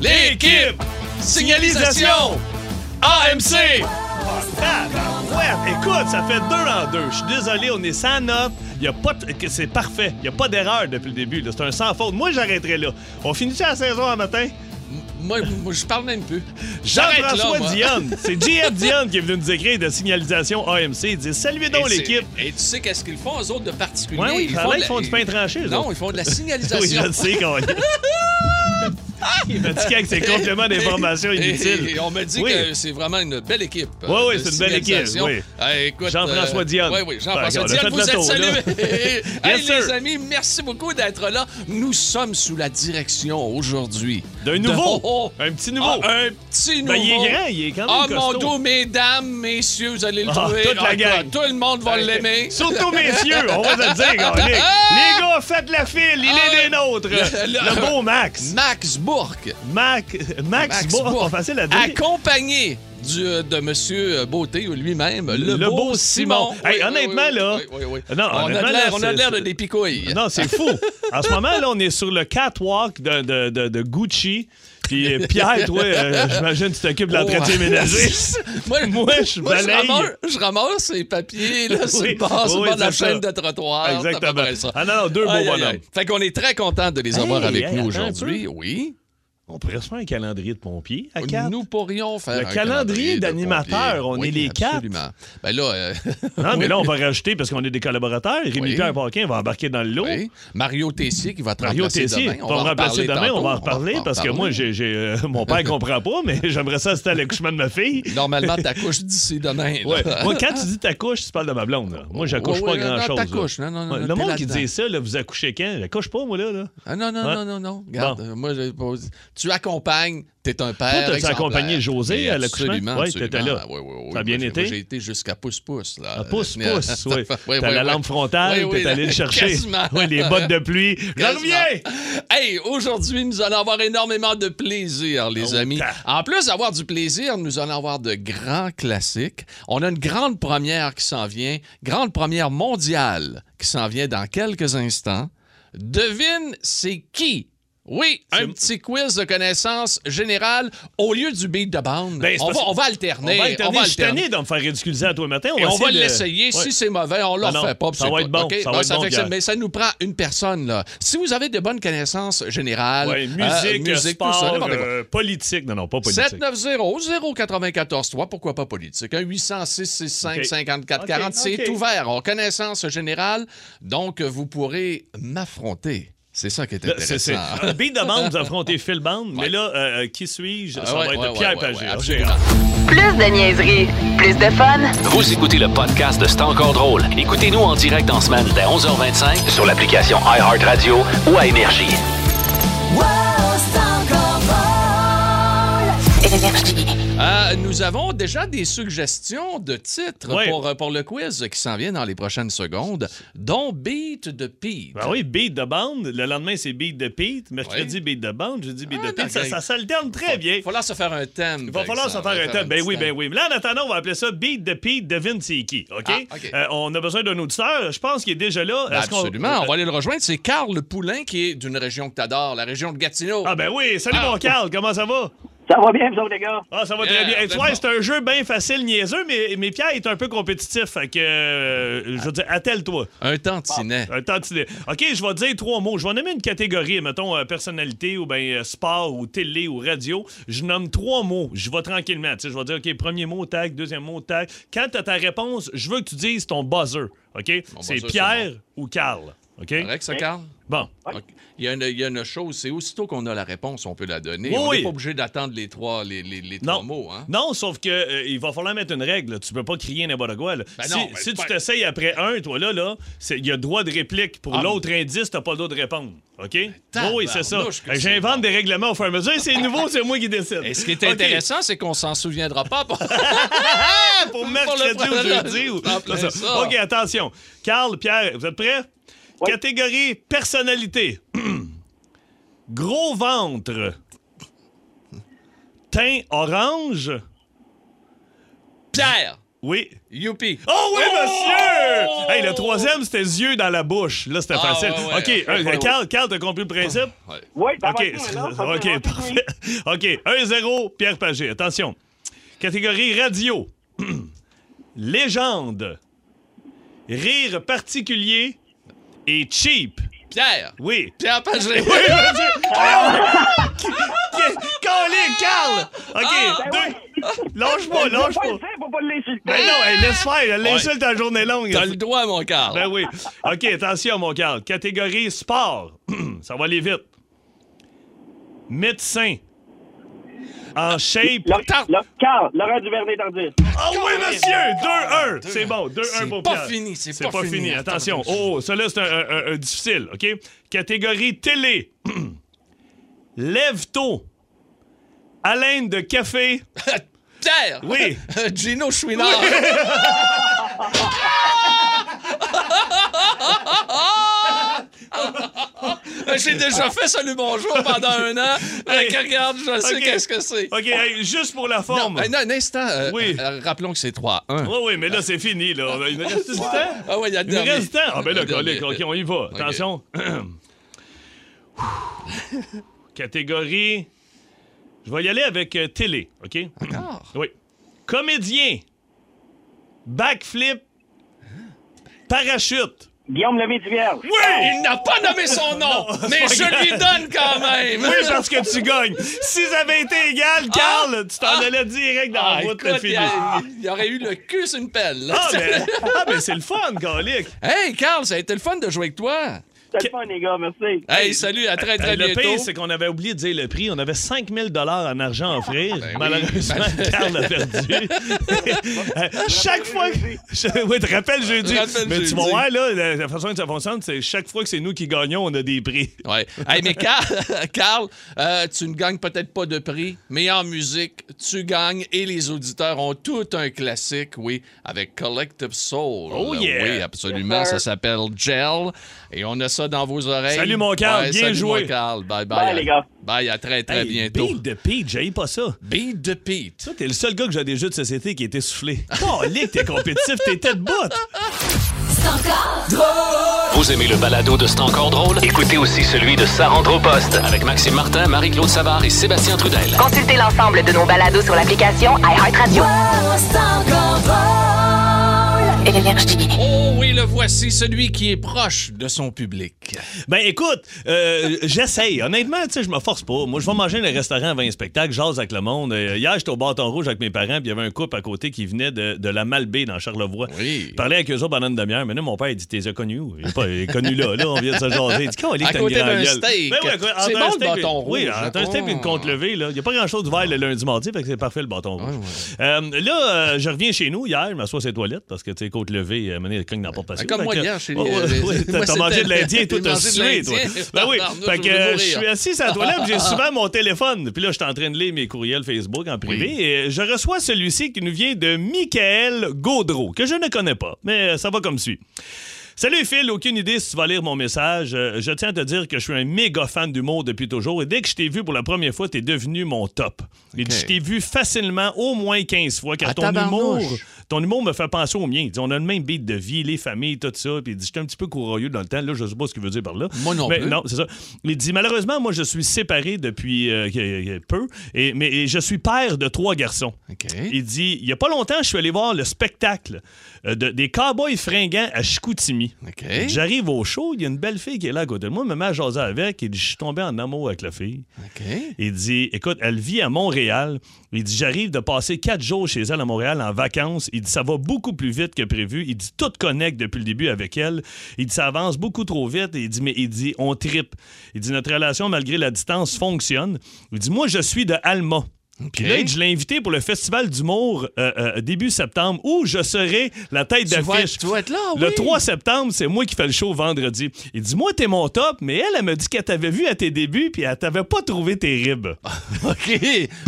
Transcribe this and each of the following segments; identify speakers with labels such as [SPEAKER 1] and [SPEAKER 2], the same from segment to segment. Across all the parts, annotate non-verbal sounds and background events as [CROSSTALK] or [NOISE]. [SPEAKER 1] L'équipe! Signalisation! AMC!
[SPEAKER 2] Ouais, écoute, ça fait deux en deux. Je suis désolé, on est sans note. Y a pas de- que C'est parfait. Il a pas d'erreur depuis le début. là. C'est un sans faute. Moi, j'arrêterai là. On finit la saison un matin?
[SPEAKER 1] Moi, moi, je parle même plus. J'arrête là,
[SPEAKER 2] Jean-François
[SPEAKER 1] moi.
[SPEAKER 2] Dionne. C'est JF Dionne qui est venu nous écrire de signalisation AMC. Il dit Saluez donc
[SPEAKER 1] Et c'est-
[SPEAKER 2] l'équipe.
[SPEAKER 1] Et tu sais qu'est-ce qu'ils font, eux autres, de particulier?
[SPEAKER 2] Ouais, oui,
[SPEAKER 1] ils
[SPEAKER 2] ça a
[SPEAKER 1] font,
[SPEAKER 2] l'air
[SPEAKER 1] de la-
[SPEAKER 2] qu'ils font du pain tranché, eux
[SPEAKER 1] Non,
[SPEAKER 2] autres.
[SPEAKER 1] ils font de la
[SPEAKER 2] Oui, je [LAUGHS]
[SPEAKER 1] signalisation.
[SPEAKER 2] le sais qu'on
[SPEAKER 1] [LAUGHS]
[SPEAKER 2] est. Il m'a dit avec ses compléments d'information
[SPEAKER 1] Et-
[SPEAKER 2] inutiles.
[SPEAKER 1] Et, et on me dit
[SPEAKER 2] Oui.
[SPEAKER 1] que c'est vraiment une belle équipe. euh,
[SPEAKER 2] Ouais, ouais,
[SPEAKER 1] de
[SPEAKER 2] c'est une belle équipe,
[SPEAKER 1] signalisation.
[SPEAKER 2] oui.
[SPEAKER 1] Euh, écoute,
[SPEAKER 2] Jean-François Dionne.
[SPEAKER 1] Oui, oui, Jean-François
[SPEAKER 2] D'accord, on a
[SPEAKER 1] Dionne,
[SPEAKER 2] fait
[SPEAKER 1] vous
[SPEAKER 2] le
[SPEAKER 1] êtes
[SPEAKER 2] tour, là.
[SPEAKER 1] salués. [LAUGHS] hey,
[SPEAKER 2] Yes,
[SPEAKER 1] les
[SPEAKER 2] sir.
[SPEAKER 1] amis, merci beaucoup d'être là. Nous sommes sous la direction aujourd'hui.
[SPEAKER 2] D'un
[SPEAKER 1] de-
[SPEAKER 2] nouveau.
[SPEAKER 1] Oh, oh.
[SPEAKER 2] Un petit nouveau.
[SPEAKER 1] Ah, un petit nouveau.
[SPEAKER 2] Ben, il est grand, il est quand même
[SPEAKER 1] Ah, mon
[SPEAKER 2] costaud.
[SPEAKER 1] dos, mesdames, messieurs, vous allez le
[SPEAKER 2] Ah,
[SPEAKER 1] trouver.
[SPEAKER 2] toute la
[SPEAKER 1] Ah,
[SPEAKER 2] gang.
[SPEAKER 1] Tout le monde va l'aimer.
[SPEAKER 2] Surtout messieurs, on va se
[SPEAKER 1] [LAUGHS]
[SPEAKER 2] le dire, Gagné. Les gars, faites la file, il
[SPEAKER 1] Ah,
[SPEAKER 2] est des nôtres.
[SPEAKER 1] le- le-
[SPEAKER 2] Le, beau Max.
[SPEAKER 1] Max Bourque.
[SPEAKER 2] Mac, Max,
[SPEAKER 1] Max
[SPEAKER 2] Bourque,
[SPEAKER 1] Bourque,
[SPEAKER 2] pas facile à dire.
[SPEAKER 1] Accompagné du, euh, de Monsieur Beauté lui-même, le,
[SPEAKER 2] Le
[SPEAKER 1] beau
[SPEAKER 2] beau
[SPEAKER 1] Simon.
[SPEAKER 2] Simon. Hey, honnêtement, là, non,
[SPEAKER 1] on, a
[SPEAKER 2] honnêtement,
[SPEAKER 1] de l'air,
[SPEAKER 2] là,
[SPEAKER 1] on a de l'air de
[SPEAKER 2] c'est-
[SPEAKER 1] des picouilles.
[SPEAKER 2] [LAUGHS] Non, c'est fou. En ce moment, là, on est sur le catwalk de, de, de, de Gucci. Puis euh, Pierre, toi, euh, j'imagine que tu t'occupes
[SPEAKER 1] [LAUGHS]
[SPEAKER 2] de l'entretien
[SPEAKER 1] Oh.
[SPEAKER 2] ménager.
[SPEAKER 1] moi,
[SPEAKER 2] Moi, je
[SPEAKER 1] moi, je,
[SPEAKER 2] balaye.
[SPEAKER 1] ramasse, je ramasse les papiers là, sur
[SPEAKER 2] Oui,
[SPEAKER 1] le bord, sur le
[SPEAKER 2] oui,
[SPEAKER 1] bord de la
[SPEAKER 2] c'est
[SPEAKER 1] chaîne
[SPEAKER 2] ça.
[SPEAKER 1] de trottoir. c'est à peu
[SPEAKER 2] Exactement.
[SPEAKER 1] près ça.
[SPEAKER 2] Ah non, non, deux beaux
[SPEAKER 1] Aïe, aïe, aïe.
[SPEAKER 2] bonhommes.
[SPEAKER 1] Fait qu'on est très content de les avoir
[SPEAKER 2] Hey,
[SPEAKER 1] avec
[SPEAKER 2] hey,
[SPEAKER 1] nous
[SPEAKER 2] attends un
[SPEAKER 1] aujourd'hui. Oui.
[SPEAKER 2] On pourrait se faire un calendrier de pompiers à quatre.
[SPEAKER 1] Nous pourrions faire
[SPEAKER 2] Le
[SPEAKER 1] un
[SPEAKER 2] calendrier
[SPEAKER 1] de
[SPEAKER 2] d'animateur,
[SPEAKER 1] pompiers.
[SPEAKER 2] on
[SPEAKER 1] Oui,
[SPEAKER 2] est les quatre.
[SPEAKER 1] Absolument. Ben là, euh, [LAUGHS]
[SPEAKER 2] Non, mais là, on va rajouter parce qu'on est des collaborateurs.
[SPEAKER 1] Oui.
[SPEAKER 2] Rémi-Pierre Paquin va embarquer dans le lot.
[SPEAKER 1] oui. Mario Tessier qui va te
[SPEAKER 2] Mario
[SPEAKER 1] remplacer
[SPEAKER 2] Tessier,
[SPEAKER 1] demain.
[SPEAKER 2] on va me remplacer
[SPEAKER 1] reparler
[SPEAKER 2] demain, on
[SPEAKER 1] tantôt.
[SPEAKER 2] va en reparler parce que
[SPEAKER 1] reparler.
[SPEAKER 2] moi, j'ai, j'ai, euh, mon père comprend pas, mais [LAUGHS] j'aimerais ça c'était à l'accouchement de ma fille.
[SPEAKER 1] Normalement, t'accouches d'ici demain. là.
[SPEAKER 2] Ouais. Moi, quand tu dis t'accouches, tu parles de ma blonde. là. Moi, j'accouche
[SPEAKER 1] Ouais,
[SPEAKER 2] pas
[SPEAKER 1] ouais, non,
[SPEAKER 2] grand-chose.
[SPEAKER 1] t'accouches,
[SPEAKER 2] là.
[SPEAKER 1] non, non, non,
[SPEAKER 2] Ouais,
[SPEAKER 1] non,
[SPEAKER 2] Le
[SPEAKER 1] t'es
[SPEAKER 2] monde qui
[SPEAKER 1] là-dedans.
[SPEAKER 2] dit ça, là, vous accouchez quand? J'accouche pas, moi, là. là.
[SPEAKER 1] Ah non, non,
[SPEAKER 2] Ouais.
[SPEAKER 1] non, non, non. Regarde,
[SPEAKER 2] Bon.
[SPEAKER 1] euh, moi, j'ai pas- tu accompagnes, t'es un père.
[SPEAKER 2] t'as-tu
[SPEAKER 1] exemplaire.
[SPEAKER 2] accompagné José
[SPEAKER 1] Mais
[SPEAKER 2] à l'accouchement?
[SPEAKER 1] Absolument,
[SPEAKER 2] Ouais,
[SPEAKER 1] absolument.
[SPEAKER 2] t'étais là.
[SPEAKER 1] Ah, ouais, ouais, ouais.
[SPEAKER 2] Ça a bien
[SPEAKER 1] Moi, j'ai-
[SPEAKER 2] été?
[SPEAKER 1] moi, J'ai été jusqu'à pouce-pouce. là. [LAUGHS]
[SPEAKER 2] Ah, pousse,
[SPEAKER 1] Mais-
[SPEAKER 2] pousse. oui.
[SPEAKER 1] Ouais,
[SPEAKER 2] T'as
[SPEAKER 1] ouais,
[SPEAKER 2] la
[SPEAKER 1] ouais.
[SPEAKER 2] lampe
[SPEAKER 1] Ouais,
[SPEAKER 2] frontale,
[SPEAKER 1] ouais,
[SPEAKER 2] t'es allé
[SPEAKER 1] [LAUGHS]
[SPEAKER 2] le chercher.
[SPEAKER 1] quasiment.
[SPEAKER 2] Ouais, les bottes de pluie. Je
[SPEAKER 1] Quasiment.
[SPEAKER 2] reviens!
[SPEAKER 1] Hey, aujourd'hui, nous allons avoir énormément de plaisir, les
[SPEAKER 2] Oh,
[SPEAKER 1] amis.
[SPEAKER 2] ta-
[SPEAKER 1] En plus d'avoir du plaisir, nous allons avoir de grands classiques. On a une grande première qui s'en vient, grande première mondiale qui s'en vient dans quelques instants. Devine, c'est qui? Oui, un
[SPEAKER 2] C'est-
[SPEAKER 1] petit quiz de connaissances générales au lieu du beat de bande.
[SPEAKER 2] Ben, c'est
[SPEAKER 1] on,
[SPEAKER 2] parce
[SPEAKER 1] va,
[SPEAKER 2] que-
[SPEAKER 1] on va
[SPEAKER 2] On
[SPEAKER 1] alterner.
[SPEAKER 2] va alterner. Je suis
[SPEAKER 1] alterner.
[SPEAKER 2] tanné de me faire ridiculiser à toi le matin.
[SPEAKER 1] Et on
[SPEAKER 2] essayer
[SPEAKER 1] va
[SPEAKER 2] de-
[SPEAKER 1] l'essayer.
[SPEAKER 2] Ouais.
[SPEAKER 1] Si c'est mauvais, on le
[SPEAKER 2] Ah non,
[SPEAKER 1] refait pas. puis
[SPEAKER 2] ça
[SPEAKER 1] c'est
[SPEAKER 2] va être bon,
[SPEAKER 1] OK?
[SPEAKER 2] ça va
[SPEAKER 1] Non,
[SPEAKER 2] être bon,
[SPEAKER 1] fait que ça-
[SPEAKER 2] Pierre.
[SPEAKER 1] mais ça nous prend une personne. Là. Si vous avez de bonnes connaissances générales,
[SPEAKER 2] Ouais,
[SPEAKER 1] euh,
[SPEAKER 2] musique,
[SPEAKER 1] tout ça,
[SPEAKER 2] sport,
[SPEAKER 1] n'importe quoi.
[SPEAKER 2] euh, politique. Non, non, pas politique.
[SPEAKER 1] 790-094-3, pourquoi pas politique? 800-665-5440,
[SPEAKER 2] OK,
[SPEAKER 1] c'est
[SPEAKER 2] OK.
[SPEAKER 1] ouvert en connaissance générale, donc euh, vous pourrez m'affronter. C'est ça qui est
[SPEAKER 2] Là, Euh, C'est c'est-
[SPEAKER 1] intéressant.
[SPEAKER 2] Beat de bande, vous
[SPEAKER 1] [LAUGHS]
[SPEAKER 2] affrontez Phil Band, mais là, euh, qui suis-je?
[SPEAKER 1] Ah
[SPEAKER 2] [LAUGHS] Ça
[SPEAKER 1] ouais,
[SPEAKER 2] va être
[SPEAKER 1] ouais,
[SPEAKER 2] Pierre
[SPEAKER 1] ouais,
[SPEAKER 2] Pagé.
[SPEAKER 1] ouais,
[SPEAKER 2] hein, Ok.
[SPEAKER 1] absolument.
[SPEAKER 3] Plus de niaiserie, plus de fun.
[SPEAKER 4] Vous écoutez le podcast de C'est encore drôle. Écoutez-nous en direct en semaine dès 11h25 sur l'application iHeartRadio ou à Énergie.
[SPEAKER 1] Euh, nous avons déjà des suggestions de titres
[SPEAKER 2] Ouais.
[SPEAKER 1] pour, euh, pour le quiz qui s'en vient dans les prochaines secondes, dont Beat de Pete.
[SPEAKER 2] Ben oui, beat de bande. Le lendemain, c'est beat de Pete. Mercredi, beat de bande. Jeudi, beat
[SPEAKER 1] Ah,
[SPEAKER 2] de Pete. Ça,
[SPEAKER 1] d'accord.
[SPEAKER 2] ça s'alterne très bien.
[SPEAKER 1] Il va falloir se faire un thème.
[SPEAKER 2] Il va falloir se faire un thème. Ben oui, ben oui. Mais là, en attendant, on va appeler ça Beat de Pete de Vince Hickey, OK?
[SPEAKER 1] Ah, OK. Ben,
[SPEAKER 2] Euh, on a besoin d'un auditeur. Je pense qu'il est déjà là. Est-ce qu'on-
[SPEAKER 1] absolument, on va aller le rejoindre. C'est Carl Poulain qui est d'une région que t'adores, la région de Gatineau.
[SPEAKER 2] Ah ben oui, salut
[SPEAKER 1] Ah.
[SPEAKER 2] mon Carl, comment ça va?
[SPEAKER 5] Ça va bien, vous autres, les gars?
[SPEAKER 2] Ah, ça va
[SPEAKER 1] Yeah, ben,
[SPEAKER 2] très bien. Hey, tu
[SPEAKER 1] plein
[SPEAKER 2] vois,
[SPEAKER 1] de
[SPEAKER 2] c'est un jeu bien facile, niaiseux, mais, mais Pierre est un peu compétitif. Fait que, euh, je veux dire, attelle-toi.
[SPEAKER 1] Un tantinet.
[SPEAKER 2] Un tantinet. OK, je vais dire trois mots. Je vais en nommer une catégorie, mettons euh, personnalité ou ben, euh, sport ou télé ou radio. Je nomme trois mots. Je vais tranquillement. Tu sais, je vais dire, OK, premier mot, tac, deuxième mot, tac. Quand tu as ta réponse, je veux que tu dises ton buzzer. OK?
[SPEAKER 1] Mon
[SPEAKER 2] C'est
[SPEAKER 1] buzzer,
[SPEAKER 2] Pierre ou Carl. OK?
[SPEAKER 1] Correct, ça, Carl?
[SPEAKER 2] Bon.
[SPEAKER 1] OK. Il, y a une, il y a une chose, c'est aussitôt qu'on a la réponse, on peut la donner.
[SPEAKER 2] Oui,
[SPEAKER 1] on n'est
[SPEAKER 2] oui.
[SPEAKER 1] pas obligé d'attendre les trois, les, les, les
[SPEAKER 2] Non.
[SPEAKER 1] trois mots. Hein?
[SPEAKER 2] non, sauf que euh, il va falloir mettre une règle. là. Tu peux pas crier n'importe quoi. là.
[SPEAKER 1] Ben
[SPEAKER 2] si
[SPEAKER 1] non, ben,
[SPEAKER 2] si
[SPEAKER 1] ben-
[SPEAKER 2] tu t'essayes après un, toi là, là, c'est- il y a droit de réplique. Pour
[SPEAKER 1] Ah, Ben,
[SPEAKER 2] l'autre indice, t'as pas le droit de répondre. OK?
[SPEAKER 1] tabarnouche,
[SPEAKER 2] oui, c'est ça.
[SPEAKER 1] que c'est
[SPEAKER 2] Euh, J'invente
[SPEAKER 1] bon.
[SPEAKER 2] des règlements au fur et à mesure. C'est nouveau, c'est moi qui décide.
[SPEAKER 1] Et ce qui est
[SPEAKER 2] OK,
[SPEAKER 1] intéressant, c'est qu'on s'en souviendra pas.
[SPEAKER 2] [LAUGHS]
[SPEAKER 1] pour-
[SPEAKER 2] Pour
[SPEAKER 1] pour
[SPEAKER 2] mercredi
[SPEAKER 1] le-
[SPEAKER 2] ou jeudi. ou-
[SPEAKER 1] Ah, plein
[SPEAKER 2] c'est ça.
[SPEAKER 1] ça.
[SPEAKER 2] OK, attention. Carl, Pierre, vous êtes prêts?
[SPEAKER 5] Oui.
[SPEAKER 2] Catégorie personnalité. [CLEARS THROAT] Gros ventre. Teint orange.
[SPEAKER 1] Pierre!
[SPEAKER 2] Oui.
[SPEAKER 1] Youpi.
[SPEAKER 2] Oh oui,
[SPEAKER 1] Oh!
[SPEAKER 2] monsieur! Hey, le troisième, c'était yeux dans la bouche. Là, c'était
[SPEAKER 1] Ah,
[SPEAKER 2] facile.
[SPEAKER 1] ouais, ouais.
[SPEAKER 2] OK,
[SPEAKER 1] Ouais,
[SPEAKER 2] euh,
[SPEAKER 1] ouais,
[SPEAKER 2] Carl, Carl, t'as compris le principe?
[SPEAKER 1] Ouais.
[SPEAKER 5] Oui, ça
[SPEAKER 2] OK,
[SPEAKER 5] va bien, là. Ça va bien,
[SPEAKER 2] OK,
[SPEAKER 5] oui.
[SPEAKER 2] parfait. OK, 1-0, Pierre Pagé. Attention. Catégorie radio. [CLEARS THROAT] Légende. Rire particulier et cheap.
[SPEAKER 1] Pierre.
[SPEAKER 2] Oui.
[SPEAKER 1] Pierre Pagé.
[SPEAKER 5] Ah!
[SPEAKER 2] Ah! [LAUGHS] Colin, Carl! OK,
[SPEAKER 1] Ah!
[SPEAKER 2] deux.
[SPEAKER 5] Ben
[SPEAKER 2] Lâche-moi,
[SPEAKER 5] Faut
[SPEAKER 2] lâche-moi.
[SPEAKER 5] pas le dire, faut pas l'insulter.
[SPEAKER 2] Ben non, hey, laisse faire. L'insulte à la journée
[SPEAKER 1] [LAUGHS]
[SPEAKER 2] longue.
[SPEAKER 1] T'as le doigt, mon Carl.
[SPEAKER 2] Ben oui. OK, attention, mon Carl. Catégorie sport. [CLEARS THROAT] Ça va aller vite. Médecin. En shape.
[SPEAKER 5] Laure-
[SPEAKER 1] Tarte.
[SPEAKER 5] Laure- Carl, Laurent Duvernay tardif.
[SPEAKER 2] Ah oui, monsieur! 2-1. C'est bon, 2-1
[SPEAKER 1] Ah, C'est
[SPEAKER 2] pour
[SPEAKER 1] pas
[SPEAKER 2] Pierre.
[SPEAKER 1] fini, c'est
[SPEAKER 2] C'est
[SPEAKER 1] pas
[SPEAKER 2] pas fini.
[SPEAKER 1] fini.
[SPEAKER 2] Attention.
[SPEAKER 1] Attends.
[SPEAKER 2] Oh, celui-là, c'est un, un- un- un difficile, OK? Catégorie télé. [CLEARS THROAT] Lève-tôt. Haleine de café.
[SPEAKER 1] Pierre.
[SPEAKER 2] Oui.
[SPEAKER 1] Euh, Gino Chouinard. Euh, [LAUGHS] J'ai déjà fait Salut Bonjour pendant un an. Euh, que regarde, je sais
[SPEAKER 2] OK.
[SPEAKER 1] qu'est-ce que [LAUGHS] c'est.
[SPEAKER 2] OK, hey, juste pour la forme.
[SPEAKER 1] Euh, non, un instant, euh,
[SPEAKER 2] Oui.
[SPEAKER 1] euh, rappelons que c'est 3-1.
[SPEAKER 2] Oui, oui, mais là, c'est
[SPEAKER 1] [LAUGHS]
[SPEAKER 2] fini, là. Il nous reste du temps.
[SPEAKER 1] Ah ouais, il y a le
[SPEAKER 2] Il nous
[SPEAKER 1] dernier.
[SPEAKER 2] reste du temps. Ah, ben là,
[SPEAKER 1] Le dernier.
[SPEAKER 2] collègue, OK, on y va.
[SPEAKER 1] [COUGHS]
[SPEAKER 2] Attention. Catégorie. Je vais y aller avec euh, télé, OK?
[SPEAKER 1] Encore?
[SPEAKER 2] Oui. Comédien. Backflip. Parachute.
[SPEAKER 5] Guillaume Lemay du Vierge.
[SPEAKER 1] Il n'a pas nommé son nom, mais je lui donne quand même.
[SPEAKER 2] Oui, parce que tu gagnes. Si ça avait été égal, Carl, tu t'en allais direct dans
[SPEAKER 1] Ah,
[SPEAKER 2] la
[SPEAKER 1] écoute,
[SPEAKER 2] route, t'as
[SPEAKER 1] il,
[SPEAKER 2] fini.
[SPEAKER 1] y a- il y aurait eu le cul sur une pelle.
[SPEAKER 2] Ah, mais, ah, mais c'est le fun, Galic.
[SPEAKER 1] [LAUGHS] Hey, Carl, ça a été le fun de jouer avec toi.
[SPEAKER 5] C'est le fun, les gars, merci.
[SPEAKER 1] Hey, salut, à très, très
[SPEAKER 2] Ben, le
[SPEAKER 1] bientôt.
[SPEAKER 2] pire, c'est qu'on avait oublié de dire le prix. On avait 5000 dollars en argent à offrir.
[SPEAKER 1] oui.
[SPEAKER 2] Malheureusement,
[SPEAKER 1] Ben-
[SPEAKER 2] Carl a perdu.
[SPEAKER 1] [LAUGHS]
[SPEAKER 2] Euh, chaque fois que... Oui, te rappelle jeudi.
[SPEAKER 1] Rappelle
[SPEAKER 2] Mais
[SPEAKER 1] jeudi.
[SPEAKER 2] tu vas voir, là, la- la façon que ça fonctionne, c'est chaque fois que c'est nous qui gagnons, on a des prix.
[SPEAKER 1] Ouais. Hey, mais Carl, [LAUGHS] Carl, euh, tu ne gagnes peut-être pas de prix, mais en musique, tu gagnes et les auditeurs ont tout un classique, oui, avec Collective Soul.
[SPEAKER 2] Oh, yeah.
[SPEAKER 1] Oui, absolument.
[SPEAKER 5] Yes,
[SPEAKER 1] ça
[SPEAKER 5] sir.
[SPEAKER 1] s'appelle Gel. Et on a ça dans vos oreilles.
[SPEAKER 2] Salut, mon Carl. Bien
[SPEAKER 1] salut,
[SPEAKER 2] joué.
[SPEAKER 1] mon Carl. Bye, bye.
[SPEAKER 5] Bye, les gars.
[SPEAKER 1] Bye, à très, très
[SPEAKER 2] Hey,
[SPEAKER 1] bientôt.
[SPEAKER 2] Beat de Pete, j'ai pas ça.
[SPEAKER 1] Beat de Pete.
[SPEAKER 2] Toi, t'es le seul gars que j'ai des jeux de société qui était soufflé.
[SPEAKER 1] [LAUGHS]
[SPEAKER 2] Galic, t'es compétitif, t'es tête botte.
[SPEAKER 4] Vous aimez le balado de C'est encore drôle? Écoutez aussi celui de Sa rentre au poste avec Maxime Martin, Marie-Claude Savard et Sébastien Trudel.
[SPEAKER 3] Consultez l'ensemble de nos balados sur l'application iHeartRadio. Et l'énergie.
[SPEAKER 1] Oh oui, le voici, celui qui est proche de son public.
[SPEAKER 2] Ben écoute, euh, j'essaye. Honnêtement, tu sais, je me force pas. Moi, je vais manger dans un restaurant avant un spectacle, j'ose avec le monde. Euh, hier, j'étais au Bâton Rouge avec mes parents, puis il y avait un couple à côté qui venait de, de la Malbaie, dans Charlevoix.
[SPEAKER 1] Oui.
[SPEAKER 2] Je parlais avec eux autres pendant une demi-heure, mais là, mon père, il dit T'es connu où? Il est pas il est connu là, là, on vient de se jaser. Il dit Quand
[SPEAKER 1] À côté d'un steak.
[SPEAKER 2] Ben
[SPEAKER 1] C'est bon, le Bâton Rouge.
[SPEAKER 2] Oui, entre un steak et une
[SPEAKER 1] Oh.
[SPEAKER 2] côte levée, là. Il n'y a pas grand-chose d'ouvert le lundi, mardi, fait que c'est parfait, le Bâton Rouge. Euh, là, euh, je reviens chez nous hier, je m'assois sur les toilettes, parce que, tu sais, côte levée, euh, mener le cogne n'a pas passé.
[SPEAKER 1] Ah, Comme
[SPEAKER 2] Fait
[SPEAKER 1] moi
[SPEAKER 2] que-
[SPEAKER 1] hier chez les- euh,
[SPEAKER 2] Ouais, ouais,
[SPEAKER 1] [LAUGHS]
[SPEAKER 2] ouais,
[SPEAKER 1] Moi,
[SPEAKER 2] T'as t'as mangé
[SPEAKER 1] c'était-
[SPEAKER 2] de l'Indien,
[SPEAKER 1] j'ai
[SPEAKER 2] tout t'as
[SPEAKER 1] [LAUGHS] mangé de
[SPEAKER 2] sué, toi.
[SPEAKER 1] l'indien.
[SPEAKER 2] Ben oui.
[SPEAKER 1] Pardon, je
[SPEAKER 2] Fait que
[SPEAKER 1] voulais
[SPEAKER 2] euh, je
[SPEAKER 1] mourir.
[SPEAKER 2] suis assis à la toilette,
[SPEAKER 1] [LAUGHS]
[SPEAKER 2] j'ai souvent mon téléphone. Puis là, je suis en train de lire mes courriels Facebook en privé.
[SPEAKER 1] Oui.
[SPEAKER 2] Et je reçois celui-ci qui nous vient de Michael Gaudreau, que je ne connais pas, mais euh, ça va comme suit. Salut Phil, aucune idée si tu vas lire mon message. Euh, je tiens à te dire que je suis un méga fan d'humour depuis toujours et dès que je t'ai vu pour la première fois, t'es devenu mon top. Il dit,
[SPEAKER 1] Ok.
[SPEAKER 2] Je t'ai vu facilement au moins 15 fois car
[SPEAKER 1] Ah,
[SPEAKER 2] ton
[SPEAKER 1] tabarnouche.
[SPEAKER 2] humour, ton humour me fait penser au mien. Il dit, on a le même beat de vie, les familles, tout ça. Puis il dit, j'étais un petit peu courroyeux dans le temps. Là, je sais pas ce qu'il veut dire par là.
[SPEAKER 1] Moi non
[SPEAKER 2] Mais
[SPEAKER 1] plus.
[SPEAKER 2] Non, c'est ça. Il dit, malheureusement, moi, je suis séparé depuis euh, que- que- peu, et, mais et je suis père de trois garçons.
[SPEAKER 1] OK.
[SPEAKER 2] Il dit, il y a pas longtemps, je suis allé voir le spectacle euh, de- des cowboys fringants à Chicoutimi.
[SPEAKER 1] OK.
[SPEAKER 2] J'arrive au show, il y a une belle fille qui est là à côté de moi, elle me met à jaser avec, et je suis tombé en amour avec la fille.
[SPEAKER 1] OK.
[SPEAKER 2] Il dit Écoute, elle vit à Montréal. Il dit J'arrive de passer quatre jours chez elle à Montréal en vacances. Il dit Ça va beaucoup plus vite que prévu. Il dit Tout connecte depuis le début avec elle. Il dit Ça avance beaucoup trop vite. Il dit Mais il dit On tripe. Il dit Notre relation, malgré la distance, fonctionne. Il dit Moi, je suis de Alma. Puis là, il dit, je l'ai invité pour le Festival d'humour euh, euh, début septembre où je serai la tête
[SPEAKER 1] Tu vas,
[SPEAKER 2] d'affiche.
[SPEAKER 1] être, tu vas être là, Ah oui.
[SPEAKER 2] Le 3 septembre, c'est moi qui fais le show vendredi. Il dit Moi, t'es mon top, mais elle, elle me dit qu'elle t'avait vu à tes débuts, puis elle t'avait pas trouvé tes ribs.
[SPEAKER 1] [LAUGHS] Ah, OK.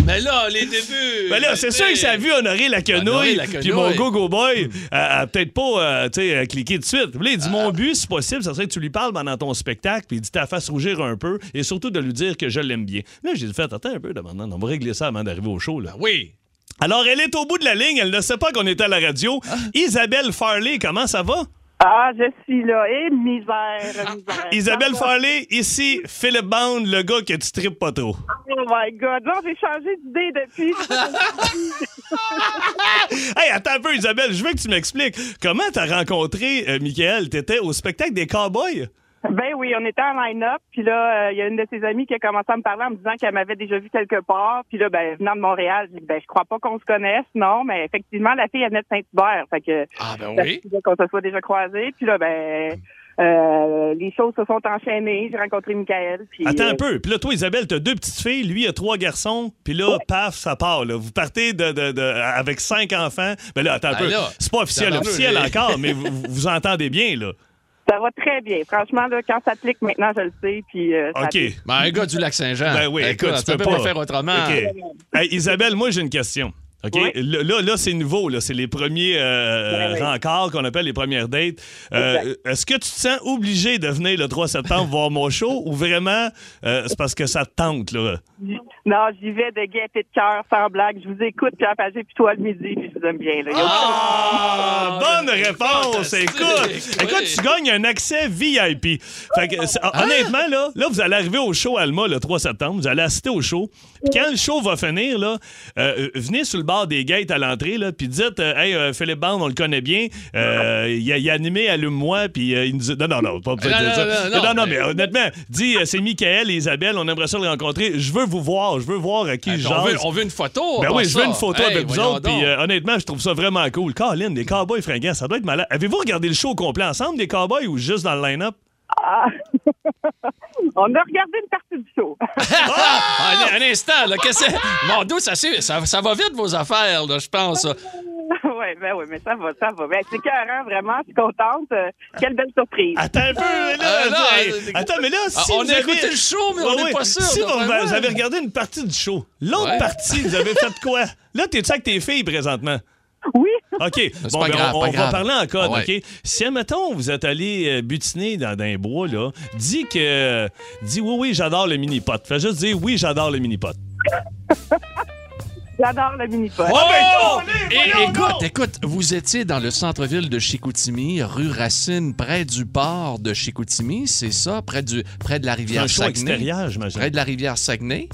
[SPEAKER 1] Mais là, les débuts.
[SPEAKER 2] Ben là, c'est sûr que ça a vu honorer la
[SPEAKER 1] Honorer
[SPEAKER 2] quenouille,
[SPEAKER 1] la quenouille.
[SPEAKER 2] puis mon go-go boy a, a peut-être pas euh, tu sais, euh, cliqué tout de suite. Puis Là,
[SPEAKER 1] Ah.
[SPEAKER 2] il dit Mon but, si possible, ça serait que tu lui parles pendant ton spectacle, puis il dit ta face rougir un peu, et Ah surtout de lui dire que je l'aime bien. Là, j'ai dit Faites, Attends un peu, là, maintenant, on va régler ça avant d'arriver au show. Là.
[SPEAKER 1] Oui.
[SPEAKER 2] Alors, elle est au bout de la ligne. Elle ne sait pas qu'on est à la radio.
[SPEAKER 1] Ah.
[SPEAKER 2] Isabelle Farley, comment ça va?
[SPEAKER 6] Ah, je suis là. Et misère,
[SPEAKER 2] [LAUGHS]
[SPEAKER 6] misère.
[SPEAKER 2] Isabelle Farley, ici, Philippe Bound, le gars que tu tripes pas trop.
[SPEAKER 6] Oh my God. Non, j'ai changé d'idée
[SPEAKER 2] [LAUGHS]
[SPEAKER 6] depuis.
[SPEAKER 2] Hey, attends un peu, Isabelle. Je veux que tu m'expliques. Comment t'as rencontré euh, Michael? T'étais au spectacle des Cowboys?
[SPEAKER 6] ben oui, on était en line-up. Puis là, euh, il y a une de ses amies qui a commencé à me parler en me disant qu'elle m'avait déjà vu quelque part. Puis là, ben, venant de Montréal, j'ai dit, ben, je crois pas qu'on se connaisse, non. Mais effectivement, la fille, elle venait de Saint-Hubert. Fait que,
[SPEAKER 1] Ah, ben
[SPEAKER 6] Ça
[SPEAKER 1] oui.
[SPEAKER 6] se faisait qu'on se soit déjà croisés. Puis là, ben, euh, les choses se sont enchaînées. J'ai rencontré Michael. Puis,
[SPEAKER 2] Attends
[SPEAKER 6] euh,
[SPEAKER 2] un peu. Puis là, toi, Isabelle, t'as deux petites filles. Lui, il a trois garçons. Puis là, paf, ça part. là. Vous partez de, de- de- avec cinq enfants. Mais là, attends un
[SPEAKER 1] Ben
[SPEAKER 2] peu.
[SPEAKER 1] là,
[SPEAKER 2] C'est pas officiel,
[SPEAKER 1] tabarnouche,
[SPEAKER 2] officiel
[SPEAKER 1] j'ai-
[SPEAKER 2] encore, mais vous, vous entendez bien, là.
[SPEAKER 6] Ça va très bien. Franchement, là, quand ça clique maintenant, je le sais. Puis, euh, ça
[SPEAKER 2] OK.
[SPEAKER 6] clique.
[SPEAKER 1] Ben, un gars du Lac-Saint-Jean.
[SPEAKER 2] Ben oui, écoute, tu
[SPEAKER 1] tu
[SPEAKER 2] peux
[SPEAKER 1] peux
[SPEAKER 2] pas.
[SPEAKER 1] faire autrement. Ben,
[SPEAKER 2] OK. Hey, Isabelle, moi, j'ai une question. OK?
[SPEAKER 6] Oui.
[SPEAKER 2] Là, là, là, c'est nouveau. là. C'est les premiers euh,
[SPEAKER 6] Oui, oui.
[SPEAKER 2] rencarts qu'on appelle les premières dates. Euh, Est-ce que tu te sens obligé de venir le 3 septembre [LAUGHS] voir mon show ou vraiment euh, c'est parce que ça te tente, là?
[SPEAKER 6] Non, j'y vais de gaieté de cœur, sans blague. Je vous écoute, Pierre Pagé, puis toi le midi, puis je vous aime bien. Là. Il y a-
[SPEAKER 2] Ah, bonne réponse.
[SPEAKER 1] Ah, Fantastique,
[SPEAKER 2] Écoute,
[SPEAKER 1] oui.
[SPEAKER 2] écoute, tu gagnes un accès VIP. Fait que, c'est-
[SPEAKER 1] Ah.
[SPEAKER 2] honnêtement, là, là, vous allez arriver au show Alma le 3 septembre. Vous allez assister au show. Puis quand le show va finir, là, euh, venez sur le bar des gates à l'entrée, là, puis dites, euh, hey, euh, Philippe Bond, on le connaît bien. Euh, il, a, il a animé Allume-moi, puis euh, il nous a- Non, non, non, pas besoin de
[SPEAKER 1] Non,
[SPEAKER 2] dire
[SPEAKER 1] non,
[SPEAKER 2] ça.
[SPEAKER 1] non, non,
[SPEAKER 2] non, mais
[SPEAKER 1] mais-
[SPEAKER 2] honnêtement, dis, euh, c'est Michael et Isabelle, on aimerait ça le rencontrer. Je veux vous voir, je veux voir à qui je
[SPEAKER 1] Attends, on, veut,
[SPEAKER 2] jase.
[SPEAKER 1] on veut une photo.
[SPEAKER 2] Ben
[SPEAKER 1] pour
[SPEAKER 2] oui, je veux
[SPEAKER 1] ça.
[SPEAKER 2] une photo
[SPEAKER 1] Hey,
[SPEAKER 2] avec vous
[SPEAKER 1] voyons
[SPEAKER 2] autres. Puis
[SPEAKER 1] donc.
[SPEAKER 2] euh, honnêtement, je trouve ça vraiment cool. Colin, des cowboys fringants, ça doit être malade. Avez-vous regardé le show au complet ensemble, des cowboys ou juste dans le line-up?
[SPEAKER 6] Ah. On a regardé une partie du show. [LAUGHS]
[SPEAKER 1] Ah! un, un instant, là, qu'est-ce que c'est? Mon Dieu, ça, s'est- ça, ça va vite, vos affaires, là, je pense.
[SPEAKER 6] oui, ben oui, mais ça va, ça va. Ben, c'est cœur, vraiment. Je suis contente. Euh, Quelle belle surprise.
[SPEAKER 2] Attends un peu, là,
[SPEAKER 1] Euh, non,
[SPEAKER 2] hey,
[SPEAKER 1] euh,
[SPEAKER 2] attends, mais là, si
[SPEAKER 1] Ah, on
[SPEAKER 2] vous
[SPEAKER 1] a
[SPEAKER 2] avez-
[SPEAKER 1] écouté le show, mais on
[SPEAKER 2] Ouais,
[SPEAKER 1] n'est
[SPEAKER 2] ouais.
[SPEAKER 1] pas sûr.
[SPEAKER 2] Si
[SPEAKER 1] de-
[SPEAKER 2] vous, vous
[SPEAKER 1] vraiment.
[SPEAKER 2] avez regardé une partie du show, l'autre
[SPEAKER 1] Ouais.
[SPEAKER 2] partie, vous avez fait quoi? Là, t'es-tu avec tes filles présentement?
[SPEAKER 6] Oui.
[SPEAKER 2] OK. Bon,
[SPEAKER 1] pas
[SPEAKER 2] ben,
[SPEAKER 1] grave,
[SPEAKER 2] on,
[SPEAKER 1] pas
[SPEAKER 2] on va
[SPEAKER 1] grave.
[SPEAKER 2] parler en code,
[SPEAKER 1] Ouais.
[SPEAKER 2] OK? Si, admettons, vous êtes allé euh, butiner dans, dans un bois, là, dis que. Dis oui, oui, j'adore le mini-pot. Fais juste dire oui, j'adore le mini-pot.
[SPEAKER 6] J'adore le mini-pot.
[SPEAKER 1] Oh!
[SPEAKER 2] ben,
[SPEAKER 1] Et- écoute, écoute, vous étiez dans le centre-ville de Chicoutimi, rue Racine, près du port de Chicoutimi, c'est ça, près, du, près de la
[SPEAKER 2] C'est un
[SPEAKER 1] rivière
[SPEAKER 2] show
[SPEAKER 1] Saguenay.
[SPEAKER 2] extérieur, j'imagine.
[SPEAKER 1] Près de la rivière Saguenay.